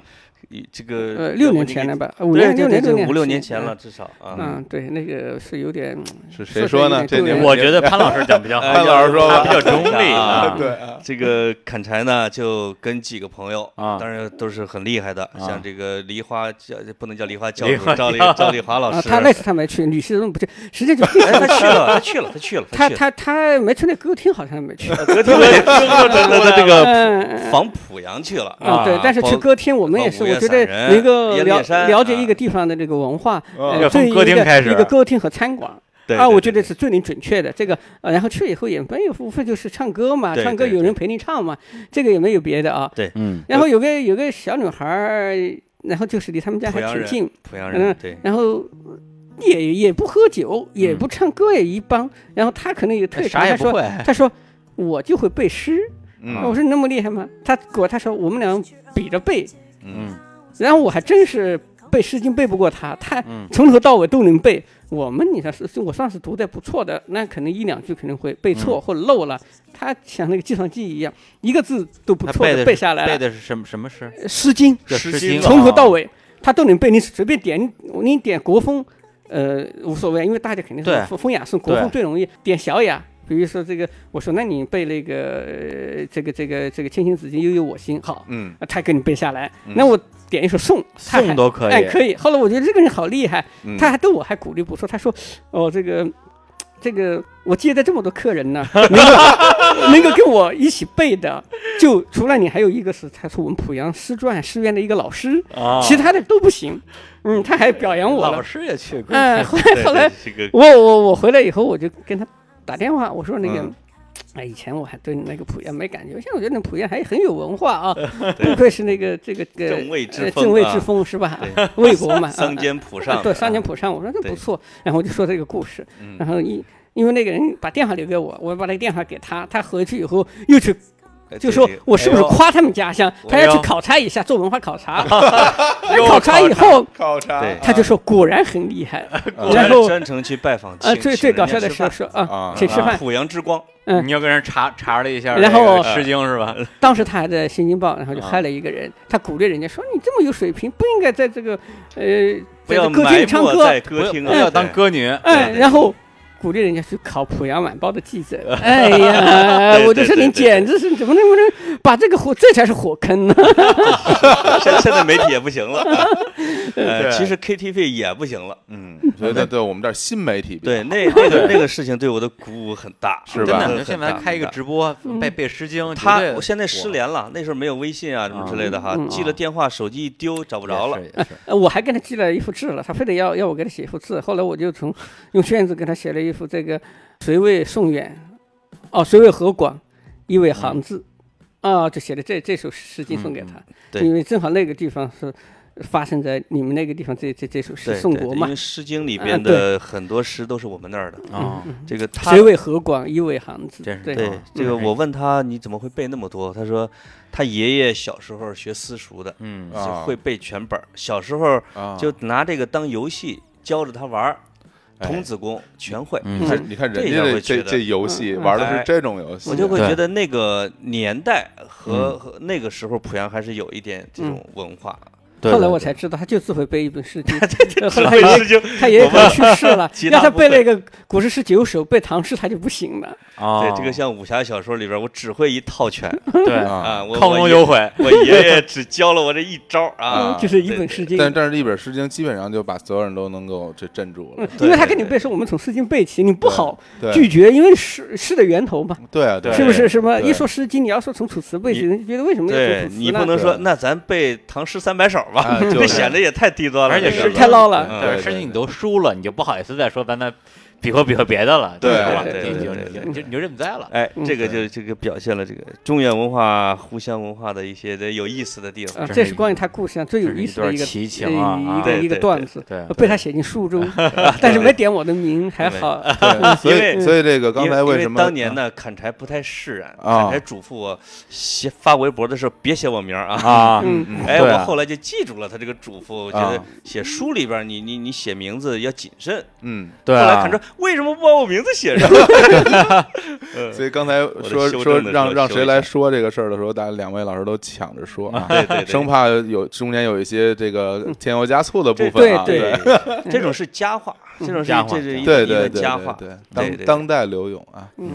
Speaker 3: 一这个
Speaker 4: 呃，六
Speaker 3: 我
Speaker 4: 年
Speaker 3: 那个
Speaker 4: 前了吧？呃五
Speaker 3: 对
Speaker 4: 年、
Speaker 3: 对
Speaker 4: 六
Speaker 3: 对
Speaker 4: 年、
Speaker 3: 对
Speaker 4: 六年、
Speaker 3: 五六
Speaker 4: 是
Speaker 3: 年前
Speaker 4: 嗯
Speaker 3: 了，至少啊。
Speaker 4: 嗯，对，那个是有点，
Speaker 3: 哦
Speaker 2: 是谁说呢？这
Speaker 4: 对
Speaker 2: 年
Speaker 1: 哎我觉得潘老师讲比较
Speaker 3: 哎
Speaker 1: 好，
Speaker 2: 潘老师说吧
Speaker 1: 他比较中立
Speaker 3: 啊
Speaker 1: 啊，
Speaker 2: 对啊，
Speaker 3: 这个砍柴呢，就跟几个朋友
Speaker 1: 啊
Speaker 3: 当然都是很厉害的，像这个梨花教不能叫梨花教
Speaker 1: 梨
Speaker 3: 主
Speaker 1: 花
Speaker 3: 赵丽赵丽华老
Speaker 4: 啊，
Speaker 3: 师，
Speaker 4: 他那次他没去，吕希荣不去，实际上 就
Speaker 3: 哎，他去了，他去了，他去了，
Speaker 4: 他
Speaker 3: 去了。呃
Speaker 4: 他他没去那歌厅，好像没去。
Speaker 3: 隔天我也听说他 他这个
Speaker 4: 嗯，
Speaker 3: 防濮阳去了
Speaker 4: 啊，对，但是去歌厅，我们也是，
Speaker 3: 包括
Speaker 4: 我
Speaker 3: 五岳
Speaker 4: 觉得
Speaker 3: 散人
Speaker 4: 能够
Speaker 3: 烟
Speaker 4: 了
Speaker 3: 烈山
Speaker 4: 了解
Speaker 3: 啊哦
Speaker 4: 一个地方的这个文化，
Speaker 1: 要
Speaker 4: 呃，
Speaker 1: 从
Speaker 4: 对于
Speaker 1: 歌厅
Speaker 4: 一个
Speaker 1: 开始啊
Speaker 4: 一个歌厅和餐馆。
Speaker 3: 对
Speaker 4: 啊，
Speaker 3: 对
Speaker 4: 我
Speaker 3: 对
Speaker 4: 觉得是最能准确的。这个，呃，然后去以后也没有，无非就是唱歌嘛，
Speaker 3: 对
Speaker 4: 唱歌
Speaker 3: 对
Speaker 4: 有人陪你唱嘛，这个也没有别的啊。
Speaker 1: 嗯
Speaker 4: 然后有个有个小女孩儿，然后就是离他们家还
Speaker 3: 濮阳
Speaker 4: 挺
Speaker 3: 人
Speaker 4: 近，
Speaker 3: 濮阳人
Speaker 4: 嗯，
Speaker 3: 对，
Speaker 4: 然后也也不喝酒，也不唱歌，也一般。然后他可能有特长，
Speaker 1: 嗯啥也
Speaker 4: 哎他
Speaker 1: 不
Speaker 4: 说
Speaker 1: 会，
Speaker 4: 他说我就会背诗。
Speaker 2: 嗯
Speaker 4: 我说你那么厉害吗？他果他说我们俩比着背，
Speaker 2: 嗯
Speaker 1: 嗯，
Speaker 4: 然后我还真是背《诗经》背不过他，他
Speaker 1: 嗯
Speaker 4: 从头到尾都能背。我们你看是是我算是读的不错的，那可能一两句可能会背
Speaker 1: 嗯
Speaker 4: 错或者漏了。他像那个计算机一样，一个字都不
Speaker 1: 他
Speaker 4: 错
Speaker 1: 背
Speaker 4: 地
Speaker 1: 的
Speaker 4: 背下来
Speaker 1: 背
Speaker 4: 了，
Speaker 1: 的是什么什么诗？
Speaker 4: 《诗经》
Speaker 1: 叫
Speaker 3: 诗
Speaker 1: 诗
Speaker 3: 经
Speaker 1: 经，
Speaker 4: 从头到尾他都能背，你随便点，你点国风，呃，无所谓，因为大家肯定
Speaker 1: 对
Speaker 4: 是风风雅颂，国
Speaker 1: 对
Speaker 4: 风最容易。点小雅，比如说这个，我说那你背那个、呃这个这个这个“千星子衿，悠悠我心”，好，
Speaker 2: 嗯
Speaker 4: 呃他给你背下来。
Speaker 2: 嗯
Speaker 4: 那我点一首宋，他还
Speaker 1: 宋都可以，
Speaker 4: 哎可以。后来我觉得这个人好厉害，
Speaker 2: 嗯，
Speaker 4: 他还对我还鼓励不错，他说哦这个。这个我接待这么多客人呢， 能够能够跟我一起背的，就除了你，还有一个是他是我们濮阳师传师院的一个老师，
Speaker 1: 啊，
Speaker 4: 其他的都不行。嗯，他还表扬我
Speaker 1: 老
Speaker 4: 了。
Speaker 1: 师也去过，
Speaker 4: 嗯，后来后来
Speaker 3: 这 个
Speaker 4: 我我我回来以后，我就跟他打电话，我说那个
Speaker 2: 嗯，
Speaker 4: 哎，以前我还对那个濮阳没感觉，现在我觉得那濮阳还很有文化啊， 不愧是那个这个这 个
Speaker 3: 正位之
Speaker 4: 呃
Speaker 3: 风
Speaker 4: 正位
Speaker 3: 啊
Speaker 4: 之风是吧？魏国嘛，
Speaker 3: 桑
Speaker 4: 啊
Speaker 3: 间濮上，
Speaker 4: 对，桑间浦上，我说这
Speaker 3: 对
Speaker 4: 不错，然后我就说这个故事，
Speaker 2: 嗯
Speaker 4: 然后一因为那个人把电话留给我，我把那个电话给他，他回去以后又去
Speaker 3: 哎
Speaker 4: 就
Speaker 3: 对
Speaker 4: 说
Speaker 3: 对
Speaker 4: 我是不是
Speaker 3: 哎呦
Speaker 4: 夸他们家乡？他要
Speaker 3: 哎呦
Speaker 4: 去考察一下，做文化 考察。哎考察以后，
Speaker 2: 考察
Speaker 3: 对
Speaker 4: 他就说果然很厉害。
Speaker 3: 我
Speaker 4: 然
Speaker 3: 还
Speaker 4: 后
Speaker 3: 呃专程去拜访
Speaker 4: 啊，
Speaker 3: 请
Speaker 4: 最
Speaker 3: 请
Speaker 4: 最
Speaker 3: 人
Speaker 4: 搞
Speaker 3: 家
Speaker 4: 笑的
Speaker 3: 吃
Speaker 4: 是
Speaker 3: 饭
Speaker 4: 说
Speaker 2: 啊
Speaker 4: 啊，请吃
Speaker 3: 啊
Speaker 4: 饭。
Speaker 3: 濮阳之光，
Speaker 4: 嗯
Speaker 1: 你又跟人查查了一下，
Speaker 4: 然后
Speaker 1: 《诗经》是吧？
Speaker 4: 当时他还在《新京报》，然后就
Speaker 1: 啊
Speaker 4: 害了一个人，他鼓励人家说：“你这么有水平，不应该在这个呃，
Speaker 3: 不
Speaker 4: 在
Speaker 3: 要
Speaker 4: 这歌
Speaker 3: 埋
Speaker 4: 厅
Speaker 3: 没
Speaker 4: 里唱歌。
Speaker 3: 在歌厅
Speaker 1: 不
Speaker 3: 啊，
Speaker 1: 要
Speaker 3: 对
Speaker 1: 当歌女，”
Speaker 4: 哎，然后鼓励人家去考《濮阳晚报》的记者。 哎呀，我就说
Speaker 3: 对对对对
Speaker 4: 你简直是怎么能不能把这个火，这才是火坑呢？
Speaker 3: 现现在媒体也不行 了，呃，其实 KTV 也不行了。
Speaker 2: 嗯，觉得对我们这儿新媒体比较
Speaker 3: 对，那那个那个事情对我的鼓舞很 大，
Speaker 2: 是
Speaker 1: 真
Speaker 2: 吧
Speaker 3: 真的
Speaker 1: 的，
Speaker 3: 很
Speaker 1: 你就现
Speaker 3: 很
Speaker 1: 在
Speaker 3: 大
Speaker 1: 开一个
Speaker 3: 很大
Speaker 1: 直播，背背《诗经》，
Speaker 3: 他
Speaker 1: 绝对
Speaker 3: 我现在失联了，那时候没有微信啊什么之类的哈
Speaker 4: 嗯，嗯
Speaker 3: 记了电话，手机一丢找不着了
Speaker 1: 也。是也是
Speaker 4: 呃我还给他寄了一幅字了，他非得要要我给他写一幅字，后来我就从用卷子给他写了一幅这个“谁为宋远，哦，谁为何广，意为行字”，啊，就写了这这首《诗经》送给他，
Speaker 3: 嗯对
Speaker 4: 因为正好那个地方是发生在你们那个地方这这这首诗
Speaker 3: 对，
Speaker 4: 宋
Speaker 3: 对
Speaker 4: 国
Speaker 3: 对
Speaker 4: 嘛，“
Speaker 3: 因为《诗经》里
Speaker 4: 啊
Speaker 3: 边
Speaker 4: 对
Speaker 3: 的很多诗都是我们那儿的。
Speaker 1: 啊，
Speaker 3: 这个他
Speaker 4: 谁为何广，意为行字”，
Speaker 1: 真是
Speaker 4: 对
Speaker 1: 这
Speaker 3: 对
Speaker 1: 样
Speaker 3: 这个，
Speaker 1: 嗯
Speaker 3: 我问他你怎么会背那么多？他说他爷爷小时候学私塾的，
Speaker 1: 嗯
Speaker 3: 就
Speaker 2: 啊
Speaker 3: 会背全本儿。小时候
Speaker 2: 啊，
Speaker 3: 就拿这个当游戏教着他玩儿，
Speaker 2: 哎
Speaker 3: 童子功全会。
Speaker 1: 嗯
Speaker 2: 你看你看人
Speaker 3: 这样
Speaker 2: 家这
Speaker 3: 我觉
Speaker 2: 这
Speaker 3: 得哎
Speaker 2: 这游
Speaker 4: 嗯
Speaker 2: 戏玩的是这种游戏，
Speaker 3: 我就会
Speaker 1: 对嗯
Speaker 3: 觉得那个年代和和那个时候濮阳还是有一
Speaker 4: 嗯
Speaker 3: 点这种文化。
Speaker 1: 对
Speaker 4: 后来我
Speaker 1: 对
Speaker 4: 才知道，他就只会背一本《 诗经》，后
Speaker 3: 这
Speaker 4: 来他爷
Speaker 3: 事情，
Speaker 4: 他爷爷可能去世 了
Speaker 3: 其，他
Speaker 4: 让他
Speaker 3: 不
Speaker 4: 背
Speaker 3: 会
Speaker 4: 了一个《古诗十九首》，背唐诗他就不行了。
Speaker 1: 哦
Speaker 3: 对这个像武侠小说里边，我只会一套拳
Speaker 1: 对
Speaker 2: 啊
Speaker 3: 啊，。我
Speaker 1: 亢龙有。悔，
Speaker 3: 我爷我爷爷只教了我这一招啊
Speaker 2: 啊，
Speaker 4: 嗯就是一本《诗经》，
Speaker 2: 但但是一本《诗经》基本上就把所有人都能够这镇住了
Speaker 4: 嗯，，因为他
Speaker 3: 对
Speaker 4: 跟你
Speaker 3: 对
Speaker 4: 背说我们从《诗经》背起，你不好
Speaker 2: 对
Speaker 4: 拒绝，因为诗诗的源头嘛，
Speaker 2: 对啊，对啊
Speaker 4: 是不是？什么
Speaker 2: 对
Speaker 4: 一说《诗经》，你要说从《楚辞》背起，人家觉得为什么要
Speaker 3: 对
Speaker 4: 从《楚
Speaker 3: 你
Speaker 4: 辞》
Speaker 3: 不
Speaker 4: 呢？
Speaker 3: 能说
Speaker 2: 对
Speaker 3: 那咱背唐诗三百首吧
Speaker 2: 啊， 就是
Speaker 3: 这显得也太低端了，
Speaker 1: 而且
Speaker 3: 这个
Speaker 1: 是
Speaker 4: 太捞了
Speaker 3: 嗯
Speaker 2: 对
Speaker 1: 对，
Speaker 2: 对
Speaker 1: 甚至你
Speaker 2: 对
Speaker 1: 都输了，你就不好意思再说咱那比划比划别的了，
Speaker 2: 对
Speaker 1: 是吧？
Speaker 3: 对
Speaker 1: 你
Speaker 3: 对
Speaker 1: 就
Speaker 3: 对
Speaker 1: 你
Speaker 3: 对
Speaker 1: 就你就你就认栽了。
Speaker 3: 哎，
Speaker 4: 嗯
Speaker 3: 这个就这个表现了这个中原文化、互相文化的一些的有意思的地
Speaker 4: 啊，
Speaker 3: 方。
Speaker 1: 这
Speaker 4: 这
Speaker 1: 是
Speaker 4: 是
Speaker 1: 一
Speaker 4: 关于他故事上最有
Speaker 1: 这是
Speaker 4: 意
Speaker 1: 一
Speaker 4: 思的
Speaker 1: 段
Speaker 4: 一个
Speaker 1: 奇情
Speaker 4: 呃
Speaker 1: 啊啊
Speaker 4: 一
Speaker 3: 对
Speaker 4: 个一个
Speaker 3: 对
Speaker 4: 段子，呃
Speaker 1: 对
Speaker 4: 被他写进书中，但是没点我的名，还
Speaker 3: 对
Speaker 4: 好。
Speaker 2: 对，所
Speaker 3: 因为
Speaker 2: 以所以这个刚
Speaker 3: 因
Speaker 2: 才
Speaker 3: 因
Speaker 2: 什么
Speaker 3: 当年呢，砍柴不太释然，
Speaker 2: 啊
Speaker 3: 砍柴嘱咐我写发微博的时候别写我名儿啊。
Speaker 1: 啊，
Speaker 4: 嗯，
Speaker 2: 嗯
Speaker 3: 哎，
Speaker 1: 对
Speaker 3: 我
Speaker 1: 啊
Speaker 3: 后来就记住了他这个嘱咐。我觉得
Speaker 2: 啊
Speaker 3: 写书里边儿你你你写名字要谨慎。
Speaker 2: 嗯，
Speaker 1: 对
Speaker 3: 后来
Speaker 1: 啊
Speaker 3: 砍，柴为什么不把我名字写上？嗯
Speaker 2: 所以刚才
Speaker 3: 得
Speaker 2: 说
Speaker 3: 修正
Speaker 2: 说
Speaker 3: 的时候
Speaker 2: 让让
Speaker 3: 修
Speaker 2: 谁
Speaker 3: 一
Speaker 2: 来
Speaker 3: 下
Speaker 2: 说这个事儿的时候，大家两位老师都抢着说啊，
Speaker 3: 对对对，
Speaker 2: 生怕有中间有一些这个添油加醋的部
Speaker 3: 这
Speaker 2: 分啊，
Speaker 4: 嗯对
Speaker 2: 对嗯
Speaker 3: 对，这种是佳话，这种是
Speaker 1: 佳话
Speaker 3: 这是一
Speaker 2: 对
Speaker 3: 个一
Speaker 2: 对
Speaker 3: 个
Speaker 2: 对
Speaker 3: 佳
Speaker 2: 对
Speaker 3: 话。
Speaker 2: 对，
Speaker 3: 对
Speaker 2: 当
Speaker 3: 对
Speaker 2: 当代刘勇啊，
Speaker 4: 嗯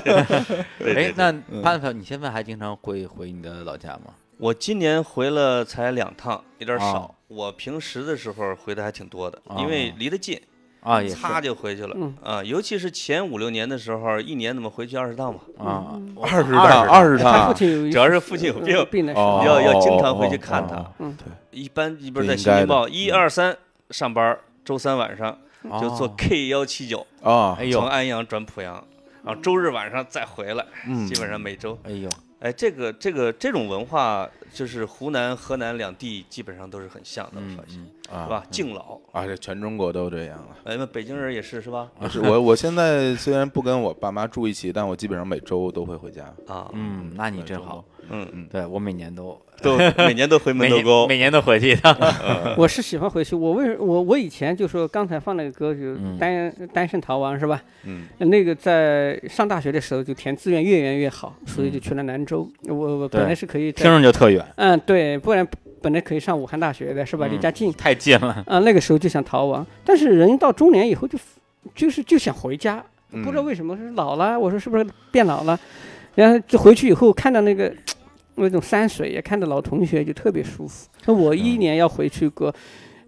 Speaker 3: 对对
Speaker 1: 哎
Speaker 3: 对，
Speaker 1: 那
Speaker 2: 嗯
Speaker 1: 潘潘，你现在还经常回回你的老家吗？
Speaker 3: 我今年回了才两趟，有点
Speaker 2: 哦
Speaker 1: 啊
Speaker 3: 少。我平时的时候回的还挺多的，因为
Speaker 1: 啊
Speaker 3: 离得近，
Speaker 1: 啊，也是
Speaker 3: 擦就回去了
Speaker 4: 嗯
Speaker 3: 啊。尤其是前五六年的时候，一年怎么回去二十趟吧？
Speaker 1: 啊，我
Speaker 2: 二十
Speaker 1: 趟
Speaker 2: 趟二十
Speaker 4: 他父
Speaker 2: 趟，
Speaker 4: 亲有一
Speaker 3: 主要
Speaker 4: 次
Speaker 3: 是父亲有
Speaker 4: 呃
Speaker 3: 病
Speaker 4: 病的时
Speaker 2: 哦
Speaker 4: 候，
Speaker 3: 要要经
Speaker 2: 哦
Speaker 3: 常回去
Speaker 2: 哦
Speaker 3: 看他。
Speaker 1: 哦
Speaker 4: 嗯
Speaker 3: 一般一般
Speaker 2: 这
Speaker 3: 在《
Speaker 2: 应
Speaker 3: 新
Speaker 2: 该的嗯
Speaker 3: 京报》一二三上班，周三晚上
Speaker 1: 哦
Speaker 3: 就坐 K 幺七九
Speaker 2: 啊
Speaker 1: 哎，
Speaker 3: 从
Speaker 1: 呦，
Speaker 3: 安阳转濮阳，然后周日晚上再回来，
Speaker 2: 嗯
Speaker 3: 基本上每周。
Speaker 1: 哎呦，
Speaker 3: 哎，这个这个这种文化，就是湖南、河南两地基本上都是很像的，我
Speaker 1: 嗯
Speaker 3: 发现
Speaker 1: 嗯，
Speaker 3: 是
Speaker 2: 啊
Speaker 3: 吧？敬老，
Speaker 2: 啊，这全中国都这样了。
Speaker 3: 哎，那北京人也是是吧？
Speaker 2: 是我我现在虽然不跟我爸妈住一起，但我基本上每周都会回家。
Speaker 3: 啊，
Speaker 1: 嗯，那你
Speaker 2: 每周
Speaker 1: 真
Speaker 2: 都
Speaker 1: 好，，
Speaker 3: 嗯，
Speaker 1: 对我每年都
Speaker 3: 都每年都回门
Speaker 1: 每
Speaker 3: 头
Speaker 1: 年
Speaker 3: 沟
Speaker 1: 每，年都回去一趟，
Speaker 4: 我是喜欢回去。我为我我以前就说刚才放那个歌就是
Speaker 1: 嗯
Speaker 4: 单、单身逃亡是吧？
Speaker 2: 嗯
Speaker 4: 那个在上大学的时候就填志愿越远越好，所以就去了兰州。我我本
Speaker 1: 嗯对
Speaker 4: 来是可以在
Speaker 1: 听着就特远，
Speaker 4: 嗯对，不然本来可以上武汉大学的是
Speaker 1: 嗯
Speaker 4: 吧？离家 近
Speaker 1: 太近了，
Speaker 4: 啊、那个时候就想逃亡，但是人到中年以后就就是就想回家，
Speaker 2: 嗯
Speaker 4: 不知道为什么是老了，我说是不是变老了？然后就回去以后看到那个那种山水，也看到老同学，就特别舒服。那我
Speaker 1: 嗯
Speaker 4: 一年要回去过，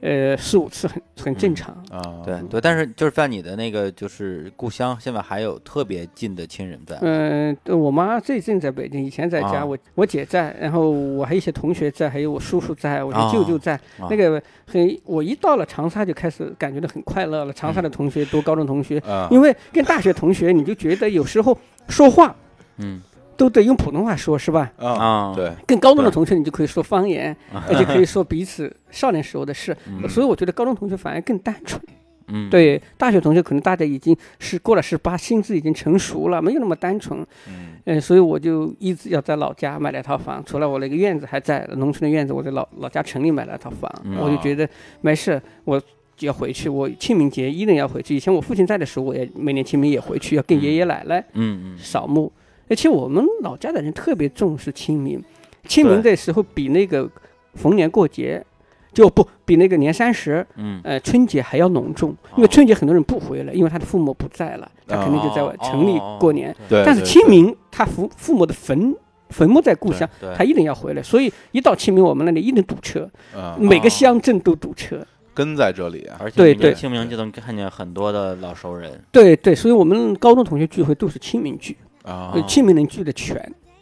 Speaker 4: 呃，四五次很很
Speaker 1: 嗯
Speaker 4: 正常。
Speaker 2: 啊，
Speaker 1: 对
Speaker 4: 嗯
Speaker 1: 对，但是就是在你的那个就是故乡，现在还有特别近的亲人在吗，
Speaker 4: 嗯、呃我妈最近在北京，以前在家，
Speaker 1: 啊
Speaker 4: 我我姐在，然后我还有一些同学在，还有我叔叔在，我
Speaker 1: 啊
Speaker 4: 的舅舅在。
Speaker 1: 啊
Speaker 4: 那个很，我一到了长沙就开始感觉到很快乐了。长
Speaker 1: 嗯
Speaker 4: 沙的同学多，高中同学，
Speaker 2: 啊，
Speaker 4: 因为跟大学同学，你就觉得有时候说话
Speaker 1: 嗯
Speaker 4: 都得用普通话说，是吧？
Speaker 2: 啊，
Speaker 1: 啊，
Speaker 2: 对，
Speaker 4: 跟高中的
Speaker 2: 对
Speaker 4: 同学，你就可以说 方言，而且可以说彼此少年时候的事。所以我觉得高中同学反而更单纯，
Speaker 1: 嗯，，
Speaker 4: 对大学同学，可能大家已经是过了十八，心智已经成熟了，没有那么单纯。
Speaker 2: 嗯
Speaker 4: 嗯，所以我就一直要在老家买了一套房，除了我那个院子还在农村的院子，我在老老家城里买了一套房，
Speaker 1: 嗯
Speaker 4: 我就觉得没事，我就要回去，我清明节一定要回去。以前我父亲在的时候，我也每年清明也回去，要跟爷爷奶奶
Speaker 1: 嗯嗯，
Speaker 4: 扫墓。而且我们老家的人特别重视清明，清明
Speaker 1: 对
Speaker 4: 的时候比那个逢年过节，就不比那个年三十，
Speaker 1: 嗯，
Speaker 4: 呃，春节还要隆重，因为
Speaker 1: 哦
Speaker 4: 春节很多人不回来，因为他的父母不在了，他肯定就在
Speaker 1: 哦
Speaker 4: 城里
Speaker 1: 哦
Speaker 4: 过年。
Speaker 2: 对，
Speaker 4: 但是
Speaker 2: 对
Speaker 4: 清，明他父父母的坟坟墓在故乡，
Speaker 1: 对，
Speaker 4: 他一定要回来，所以一到清明我们那里一定堵车，
Speaker 2: 对
Speaker 1: 哦
Speaker 2: 嗯，
Speaker 4: 每个乡镇都堵车。
Speaker 2: 根在这里啊，
Speaker 1: 而且
Speaker 4: 对
Speaker 1: 你
Speaker 4: 对
Speaker 1: 清明就能看见很多的老熟人，
Speaker 4: 对对，所以我们高中同学聚会都是清明聚，
Speaker 2: 啊
Speaker 1: 哦
Speaker 4: 呃，清明能聚的全，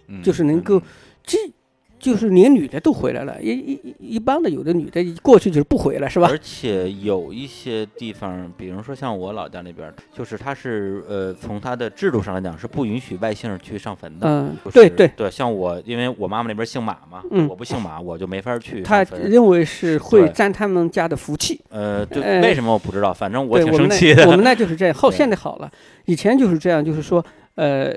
Speaker 2: 嗯
Speaker 4: 就是能够这。就是连女的都回来了，一一一一般的有的女的一过去就是不回来，是吧？
Speaker 1: 而且有一些地方，比如说像我老家那边儿，就是它是呃，从它的制度上来讲是不允许外姓去上坟的。
Speaker 4: 嗯
Speaker 1: 就，
Speaker 4: 对
Speaker 1: 是
Speaker 4: 对，
Speaker 1: 对，像我，因为我妈妈那边姓马嘛，
Speaker 4: 嗯
Speaker 1: 我不姓马，我就没法去
Speaker 4: 他
Speaker 1: 上坟。
Speaker 4: 认为是会
Speaker 1: 对
Speaker 4: 沾他们家的福气。
Speaker 1: 呃，就
Speaker 4: 呃
Speaker 1: 为什么我不知道，反正我
Speaker 4: 对，
Speaker 1: 挺
Speaker 4: 我
Speaker 1: 生
Speaker 4: 们
Speaker 1: 气
Speaker 4: 那
Speaker 1: 的。
Speaker 4: 我们那就 是这样，后
Speaker 1: 对
Speaker 4: 现在好了，以前就是这样，就是说，呃，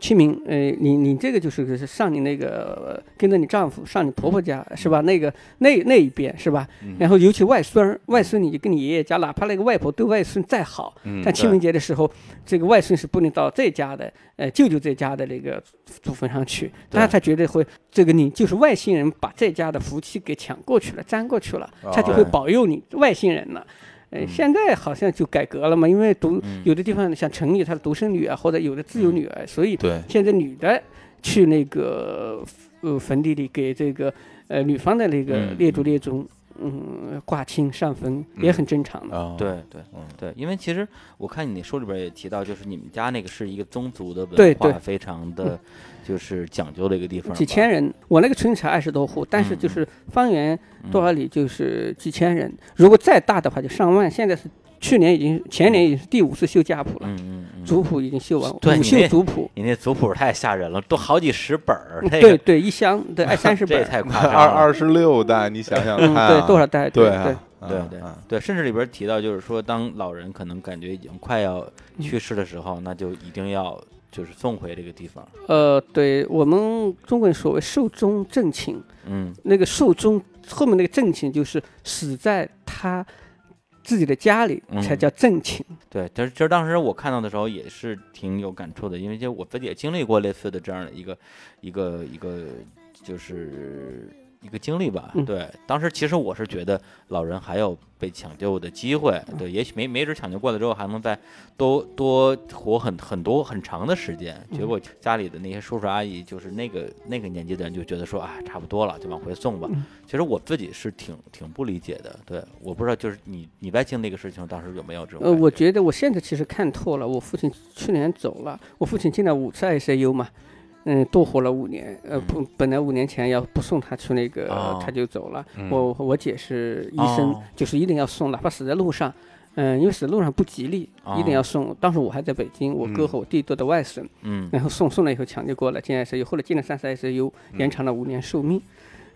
Speaker 4: 清明，呃，你你这个就是是上你那个、呃跟着你丈夫上你婆婆家是
Speaker 1: 嗯
Speaker 4: 吧？那个那那一边是吧？然后尤其外孙儿，外孙你就跟你爷爷家，哪怕那个外婆对外孙再好，
Speaker 2: 嗯
Speaker 4: 但清明节的时候，这个外孙是不能到这家的，呃，舅舅这家的那个祖坟上去，
Speaker 1: 对
Speaker 4: 他他觉得会这个你就是外星人把这家的福气给抢过去了，沾过去了，他就会
Speaker 1: 哦
Speaker 4: 保佑你外星人了。呃，
Speaker 1: 嗯
Speaker 4: 现在好像就改革了嘛，因为独
Speaker 1: 嗯
Speaker 4: 有的地方像城里，她是独生女啊，或者有的自由女儿，所以
Speaker 2: 对，
Speaker 4: 现在女的去那个呃坟地里给这个呃女方的那个
Speaker 1: 嗯
Speaker 4: 列祖列宗，嗯，挂亲上坟
Speaker 2: 嗯
Speaker 4: 也很正常的。
Speaker 2: 啊，
Speaker 1: 对对
Speaker 2: 嗯
Speaker 1: 对，因为其实我看你那书里边也提到，就是你们家那个是一个宗族的文
Speaker 4: 对
Speaker 1: 化，
Speaker 4: 对嗯
Speaker 1: 非常的就是讲究的一个地方吧，
Speaker 4: 几千人，我那个村才二十多户，但
Speaker 1: 嗯
Speaker 4: 是就是方圆多少里就是几千人，如果再大的话就上万。现在是去年已经前年已经是第五次修家谱了，
Speaker 1: 嗯，嗯嗯嗯，
Speaker 4: 族谱已经修完，
Speaker 1: 对
Speaker 4: 五
Speaker 1: 你
Speaker 4: 秀
Speaker 1: 那
Speaker 4: 族谱，
Speaker 1: 你那族谱太吓人了，都好几十本儿，这
Speaker 4: 嗯对
Speaker 1: 个
Speaker 4: 对，一箱对二三十
Speaker 1: 这
Speaker 4: 本
Speaker 1: 也
Speaker 4: 儿，
Speaker 1: 太夸张了。
Speaker 2: 二二十六代，你想想
Speaker 4: 嗯，
Speaker 2: 看啊，
Speaker 4: 对，多少代？
Speaker 2: 对
Speaker 4: 对
Speaker 2: 啊，
Speaker 1: 对
Speaker 2: 嗯
Speaker 1: 对
Speaker 2: 嗯
Speaker 1: 对，甚至里边提到，就是说，当老人可能感觉已经快要
Speaker 4: 嗯
Speaker 1: 去世的时候，那就一定要就是送回这个地方。
Speaker 4: 呃，对我们中国人所谓寿终正寝，
Speaker 1: 嗯，
Speaker 4: 那个寿终后面那个正寝就是死在他自己的家里
Speaker 1: 嗯
Speaker 4: 才叫正寝。
Speaker 1: 对，其实其实当时我看到的时候也是挺有感触的，因为就我自己也经历过类似的这样的一个一个一个就是一个经历吧。
Speaker 4: 嗯
Speaker 1: 对，当时其实我是觉得老人还有被抢救的机会，对，也许没没准抢救过来之后还能再多多活很很多很长的时间。
Speaker 4: 嗯
Speaker 1: 结果家里的那些叔叔阿姨，就是那个那个年纪的人，就觉得说啊，差不多了，就往回送
Speaker 4: 嗯
Speaker 1: 吧。其实我自己是挺挺不理解的，对，我不知道就是你你在经历这个事情，当时有没有这种
Speaker 4: 呃，
Speaker 1: 感
Speaker 4: 我觉得我现在其实看透了，我父亲去年走了，我父亲进了五次 ICU 嘛，嗯，多活了五年。呃，本本来五年前要不送他去那个，
Speaker 1: 嗯哦
Speaker 4: 他就走了。
Speaker 2: 嗯
Speaker 4: 我我姐是医生，
Speaker 1: 哦
Speaker 4: 就是一定要送，哪怕死在路上。嗯，因为死路上不吉利，一定要送。当时我还在北京，我哥
Speaker 2: 嗯
Speaker 4: 和我弟都在外省，
Speaker 1: 哦嗯
Speaker 4: 然后送送了以后抢救过来进 ICU，后来进了三次 ICU，延
Speaker 1: 嗯
Speaker 4: 长了五年寿命。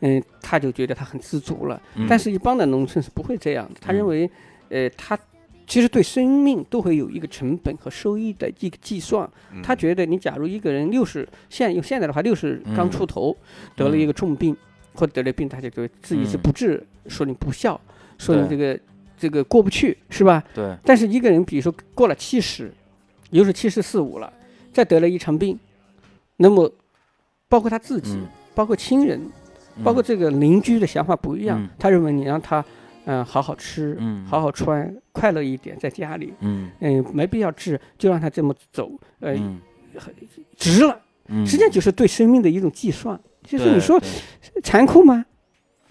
Speaker 4: 嗯，他就觉得他很知足了。
Speaker 1: 嗯
Speaker 4: 但是，一般的农村是不会这样的。他
Speaker 1: 嗯
Speaker 4: 认为，呃，他其实对生命都会有一个成本和收益的一个计算。
Speaker 2: 嗯
Speaker 1: 嗯
Speaker 4: 他觉得，你假如一个人六十，现在用现在的话，六十刚
Speaker 1: 嗯
Speaker 4: 出头，得了一个重病，或者得了病，他就觉得自己是
Speaker 1: 嗯
Speaker 4: 不治，说你不孝，说你
Speaker 1: 对
Speaker 4: 这个这个过不去，是吧？
Speaker 1: 对，
Speaker 4: 但是一个人，比如说过了七十，又是七十四五了，再得了一场病，那么包括他自己，
Speaker 1: 嗯
Speaker 4: 包括亲人，包括这个邻居的想法不一样，
Speaker 1: 嗯
Speaker 4: 他认为你让他嗯、好好吃，
Speaker 1: 嗯
Speaker 4: 好好穿，快乐一点在家里，
Speaker 1: 嗯
Speaker 4: 嗯、没必要治，就让他这么走，呃，
Speaker 1: 嗯
Speaker 4: 值了。
Speaker 1: 嗯，
Speaker 4: 实际上就是对生命的一种计算。就是
Speaker 1: 对
Speaker 4: 你说
Speaker 1: 对
Speaker 4: 残酷吗？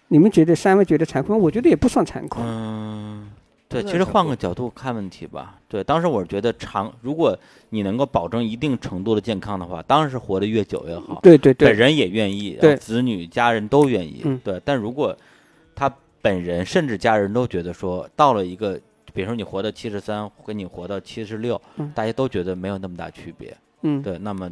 Speaker 4: 你们觉得三位觉得残酷吗？我觉得也不算残酷。
Speaker 1: 嗯，对，
Speaker 2: 不
Speaker 1: 其
Speaker 2: 太
Speaker 1: 实
Speaker 2: 想
Speaker 1: 换
Speaker 2: 过
Speaker 1: 个角度看问题吧。对，当时我是觉得长，如果你能够保证一定程度的健康的话，当然是活得越久越好。
Speaker 4: 对对
Speaker 1: 本
Speaker 4: 对，
Speaker 1: 人也愿意，然后
Speaker 4: 对
Speaker 1: 子女、家人都愿意
Speaker 4: 嗯。
Speaker 1: 对，但如果他本人甚至家人都觉得说，到了一个，比如说你活到七十三，跟你活到七十六
Speaker 4: 嗯，
Speaker 1: 大家都觉得没有那么大区别。
Speaker 4: 嗯，
Speaker 1: 对，那么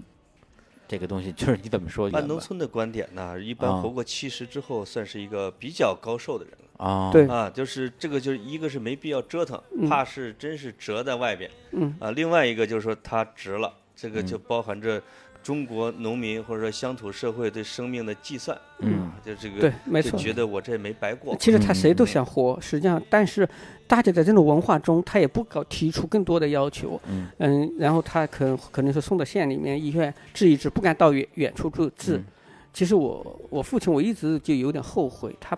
Speaker 1: 这个东西就是你怎么说
Speaker 3: 按
Speaker 1: 圆
Speaker 3: 农
Speaker 1: 吧
Speaker 3: 村的观点呢，一
Speaker 1: 啊
Speaker 3: 般活过七十之后，算是一个比较高寿的人了。
Speaker 1: 啊，
Speaker 4: 对
Speaker 3: 啊，就是这个，就是一个是没必要折腾，
Speaker 4: 嗯
Speaker 3: 怕是真是折在外边
Speaker 4: 嗯，
Speaker 3: 啊；另外一个就是说它值了，这个
Speaker 1: 嗯
Speaker 3: 就包含着中国农民或者说乡土社会对生命的计算，啊
Speaker 1: 嗯，
Speaker 3: 就这个
Speaker 4: 对，没
Speaker 3: 就
Speaker 4: 错。
Speaker 3: 觉得我这没白过。
Speaker 4: 其实他谁都
Speaker 3: 嗯
Speaker 4: 想活，实际上，但是大家在这种文化中，他也不搞提出更多的要求，
Speaker 1: 嗯
Speaker 4: 然后他可可能是送到县里面医院治一治，不敢到远远处治治。
Speaker 1: 嗯
Speaker 4: 其实我我父亲我一直就有点后悔，他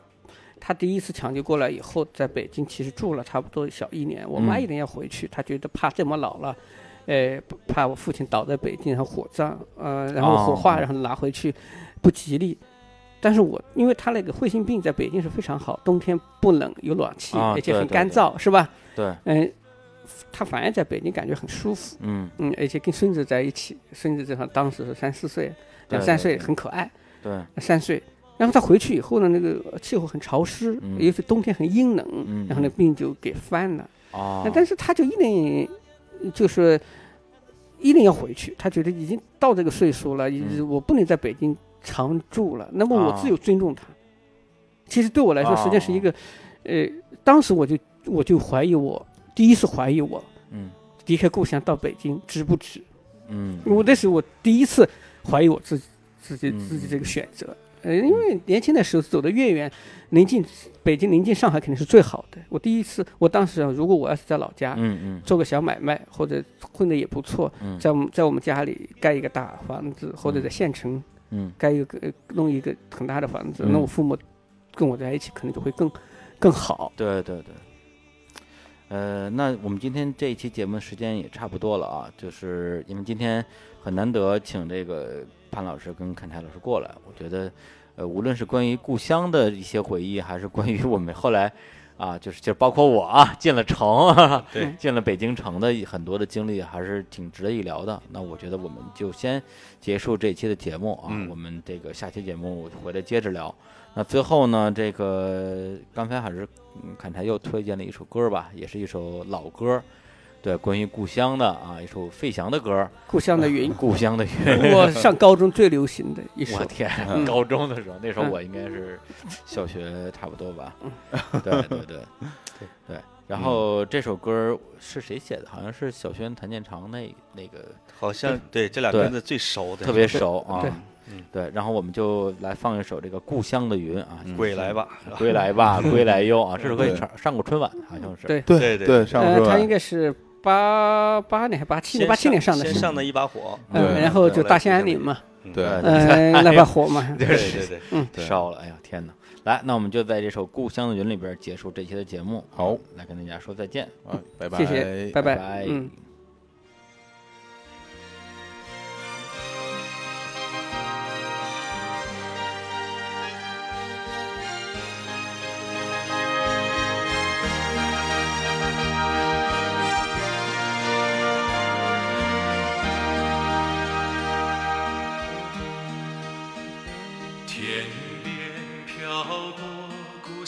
Speaker 4: 他第一次抢救过来以后，在北京其实住了差不多小一年，我妈
Speaker 1: 嗯
Speaker 4: 一定要回去，她觉得怕这么老了。呃，怕我父亲倒在北京，然后火葬，呃，然后火化，
Speaker 1: 哦
Speaker 4: 然后拿回去，不吉利。但是我因为他那个慧心病在北京是非常好，冬天不冷，有暖气，
Speaker 1: 啊
Speaker 4: 而且
Speaker 1: 对
Speaker 4: 很
Speaker 1: 对
Speaker 4: 干
Speaker 1: 对
Speaker 4: 燥，是吧？
Speaker 1: 对，
Speaker 4: 嗯、他反而在北京感觉很舒服，
Speaker 1: 嗯，
Speaker 4: 嗯，而且跟孙子在一起，孙子正好当时是三四岁，
Speaker 1: 对
Speaker 4: 两三
Speaker 1: 对
Speaker 4: 岁，
Speaker 1: 对
Speaker 4: 很可爱。
Speaker 1: 对，
Speaker 4: 三岁。然后他回去以后呢，那个气候很潮湿，
Speaker 1: 嗯
Speaker 4: 尤其冬天很阴冷，
Speaker 1: 嗯
Speaker 4: 然后呢
Speaker 1: 嗯
Speaker 4: 病就给犯了。
Speaker 1: 哦
Speaker 4: 那，但是他就一定呃就是一定要回去，他觉得已经到这个岁数了，已
Speaker 1: 嗯
Speaker 4: 我不能在北京常住了。那么我
Speaker 1: 啊
Speaker 4: 只有尊重他。其实对我来说，实际上是一个，呃，当时我就我就怀疑我第一次怀疑我
Speaker 1: 嗯
Speaker 4: 离开故乡到北京值不值。
Speaker 1: 嗯，
Speaker 4: 我那是我第一次怀疑我自己自己
Speaker 1: 嗯
Speaker 4: 自己
Speaker 1: 嗯
Speaker 4: 这个选择，呃，因为年轻的时候走得越远，临近北京、临近上海肯定是最好的。我第一次，我当时想，如果我要是在老家
Speaker 1: 嗯嗯
Speaker 4: 做个小买卖，或者混得也不错，
Speaker 1: 嗯，
Speaker 4: 在我们在我们家里盖一个大房子，或者
Speaker 1: 嗯
Speaker 4: 在县城
Speaker 1: 嗯
Speaker 4: 盖一个呃弄一个很大的房子，那
Speaker 1: 嗯
Speaker 4: 我父母跟我在一起可能就会更更好。
Speaker 1: 对对对。呃，那我们今天这一期节目时间也差不多了啊，就是因为今天很难得请这个潘老师跟看台老师过来，我觉得，呃，无论是关于故乡的一些回忆，还是关于我们后来啊，就是就包括我啊，进了城，
Speaker 3: 对，
Speaker 1: 进了北京城的很多的经历，还是挺值得一聊的。那我觉得我们就先结束这一期的节目啊，
Speaker 3: 嗯
Speaker 1: 我们这个下期节目回来接着聊。那最后呢，这个刚才还是嗯砍柴又推荐了一首歌吧，也是一首老歌，对，关于故乡的啊，一首费翔的歌，，
Speaker 4: 故乡的云
Speaker 1: 故乡的 云。
Speaker 4: 我上高中最流行的一首
Speaker 1: 我，天，
Speaker 4: 嗯
Speaker 1: 高中的时候，那时候
Speaker 4: 嗯
Speaker 1: 我应该是小学差不多吧。 对对对
Speaker 3: 对
Speaker 1: 对。然后这首歌是谁写的？好像是小轩、谭健常那那个
Speaker 3: 好像对这俩
Speaker 1: 对
Speaker 3: 名字最熟的，
Speaker 1: 特别熟啊
Speaker 4: 对。
Speaker 3: 嗯
Speaker 1: 对，然后我们就来放一首这个《故乡的云》啊，
Speaker 3: 《鬼来吧》是吧，
Speaker 1: 归来吧，归来哟啊，这首歌也
Speaker 2: 对
Speaker 1: 上上过春晚，好像是。
Speaker 4: 对
Speaker 2: 对
Speaker 3: 对对
Speaker 2: 对，上啊
Speaker 4: 呃，
Speaker 2: 春
Speaker 4: 他应
Speaker 2: 晚
Speaker 4: 该是八八年还八七
Speaker 3: 先
Speaker 4: 年，八七年上的
Speaker 3: 先
Speaker 4: 是，
Speaker 3: 上的一把火，
Speaker 4: 嗯，
Speaker 2: 对
Speaker 4: 然后就
Speaker 3: 对
Speaker 4: 大兴安岭嘛，
Speaker 3: 嗯
Speaker 2: 对
Speaker 4: 嗯，那把火嘛，
Speaker 3: 对对对，
Speaker 2: 对
Speaker 1: 烧了，哎呀天哪！来，那我们就在这首《故乡的云》里边结束这期的节目，
Speaker 2: 好，
Speaker 1: 来跟大家说再见，
Speaker 2: 啊，拜拜，
Speaker 4: 谢谢，拜
Speaker 1: 拜
Speaker 4: 拜，嗯。
Speaker 6: 天边飘过故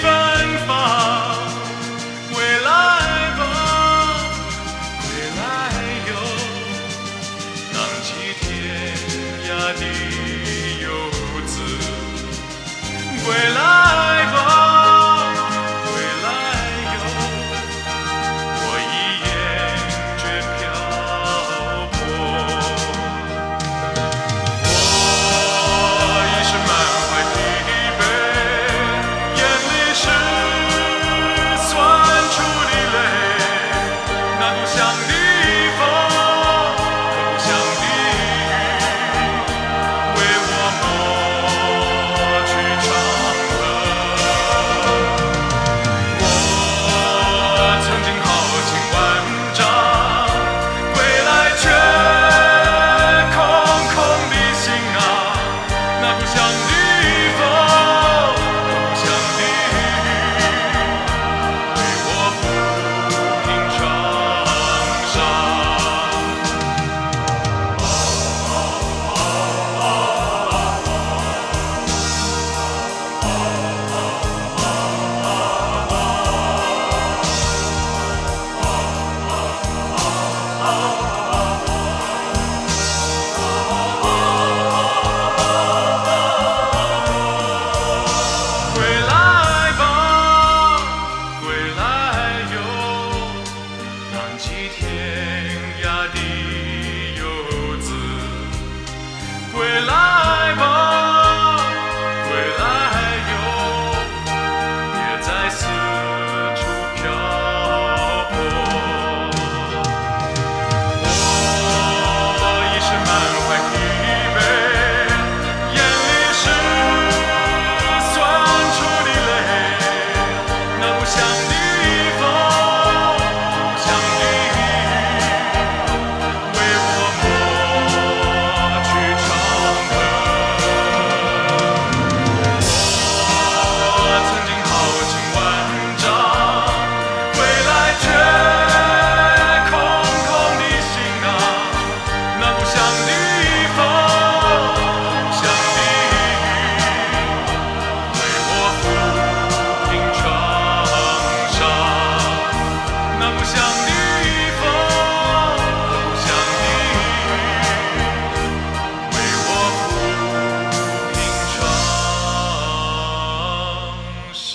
Speaker 6: 芬芳。归来吧，归来哟，浪迹天涯的游子。归来吧，归来哟，我已厌倦漂泊。我啊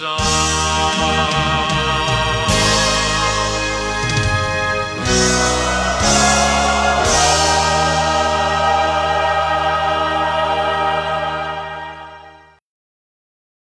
Speaker 6: 花。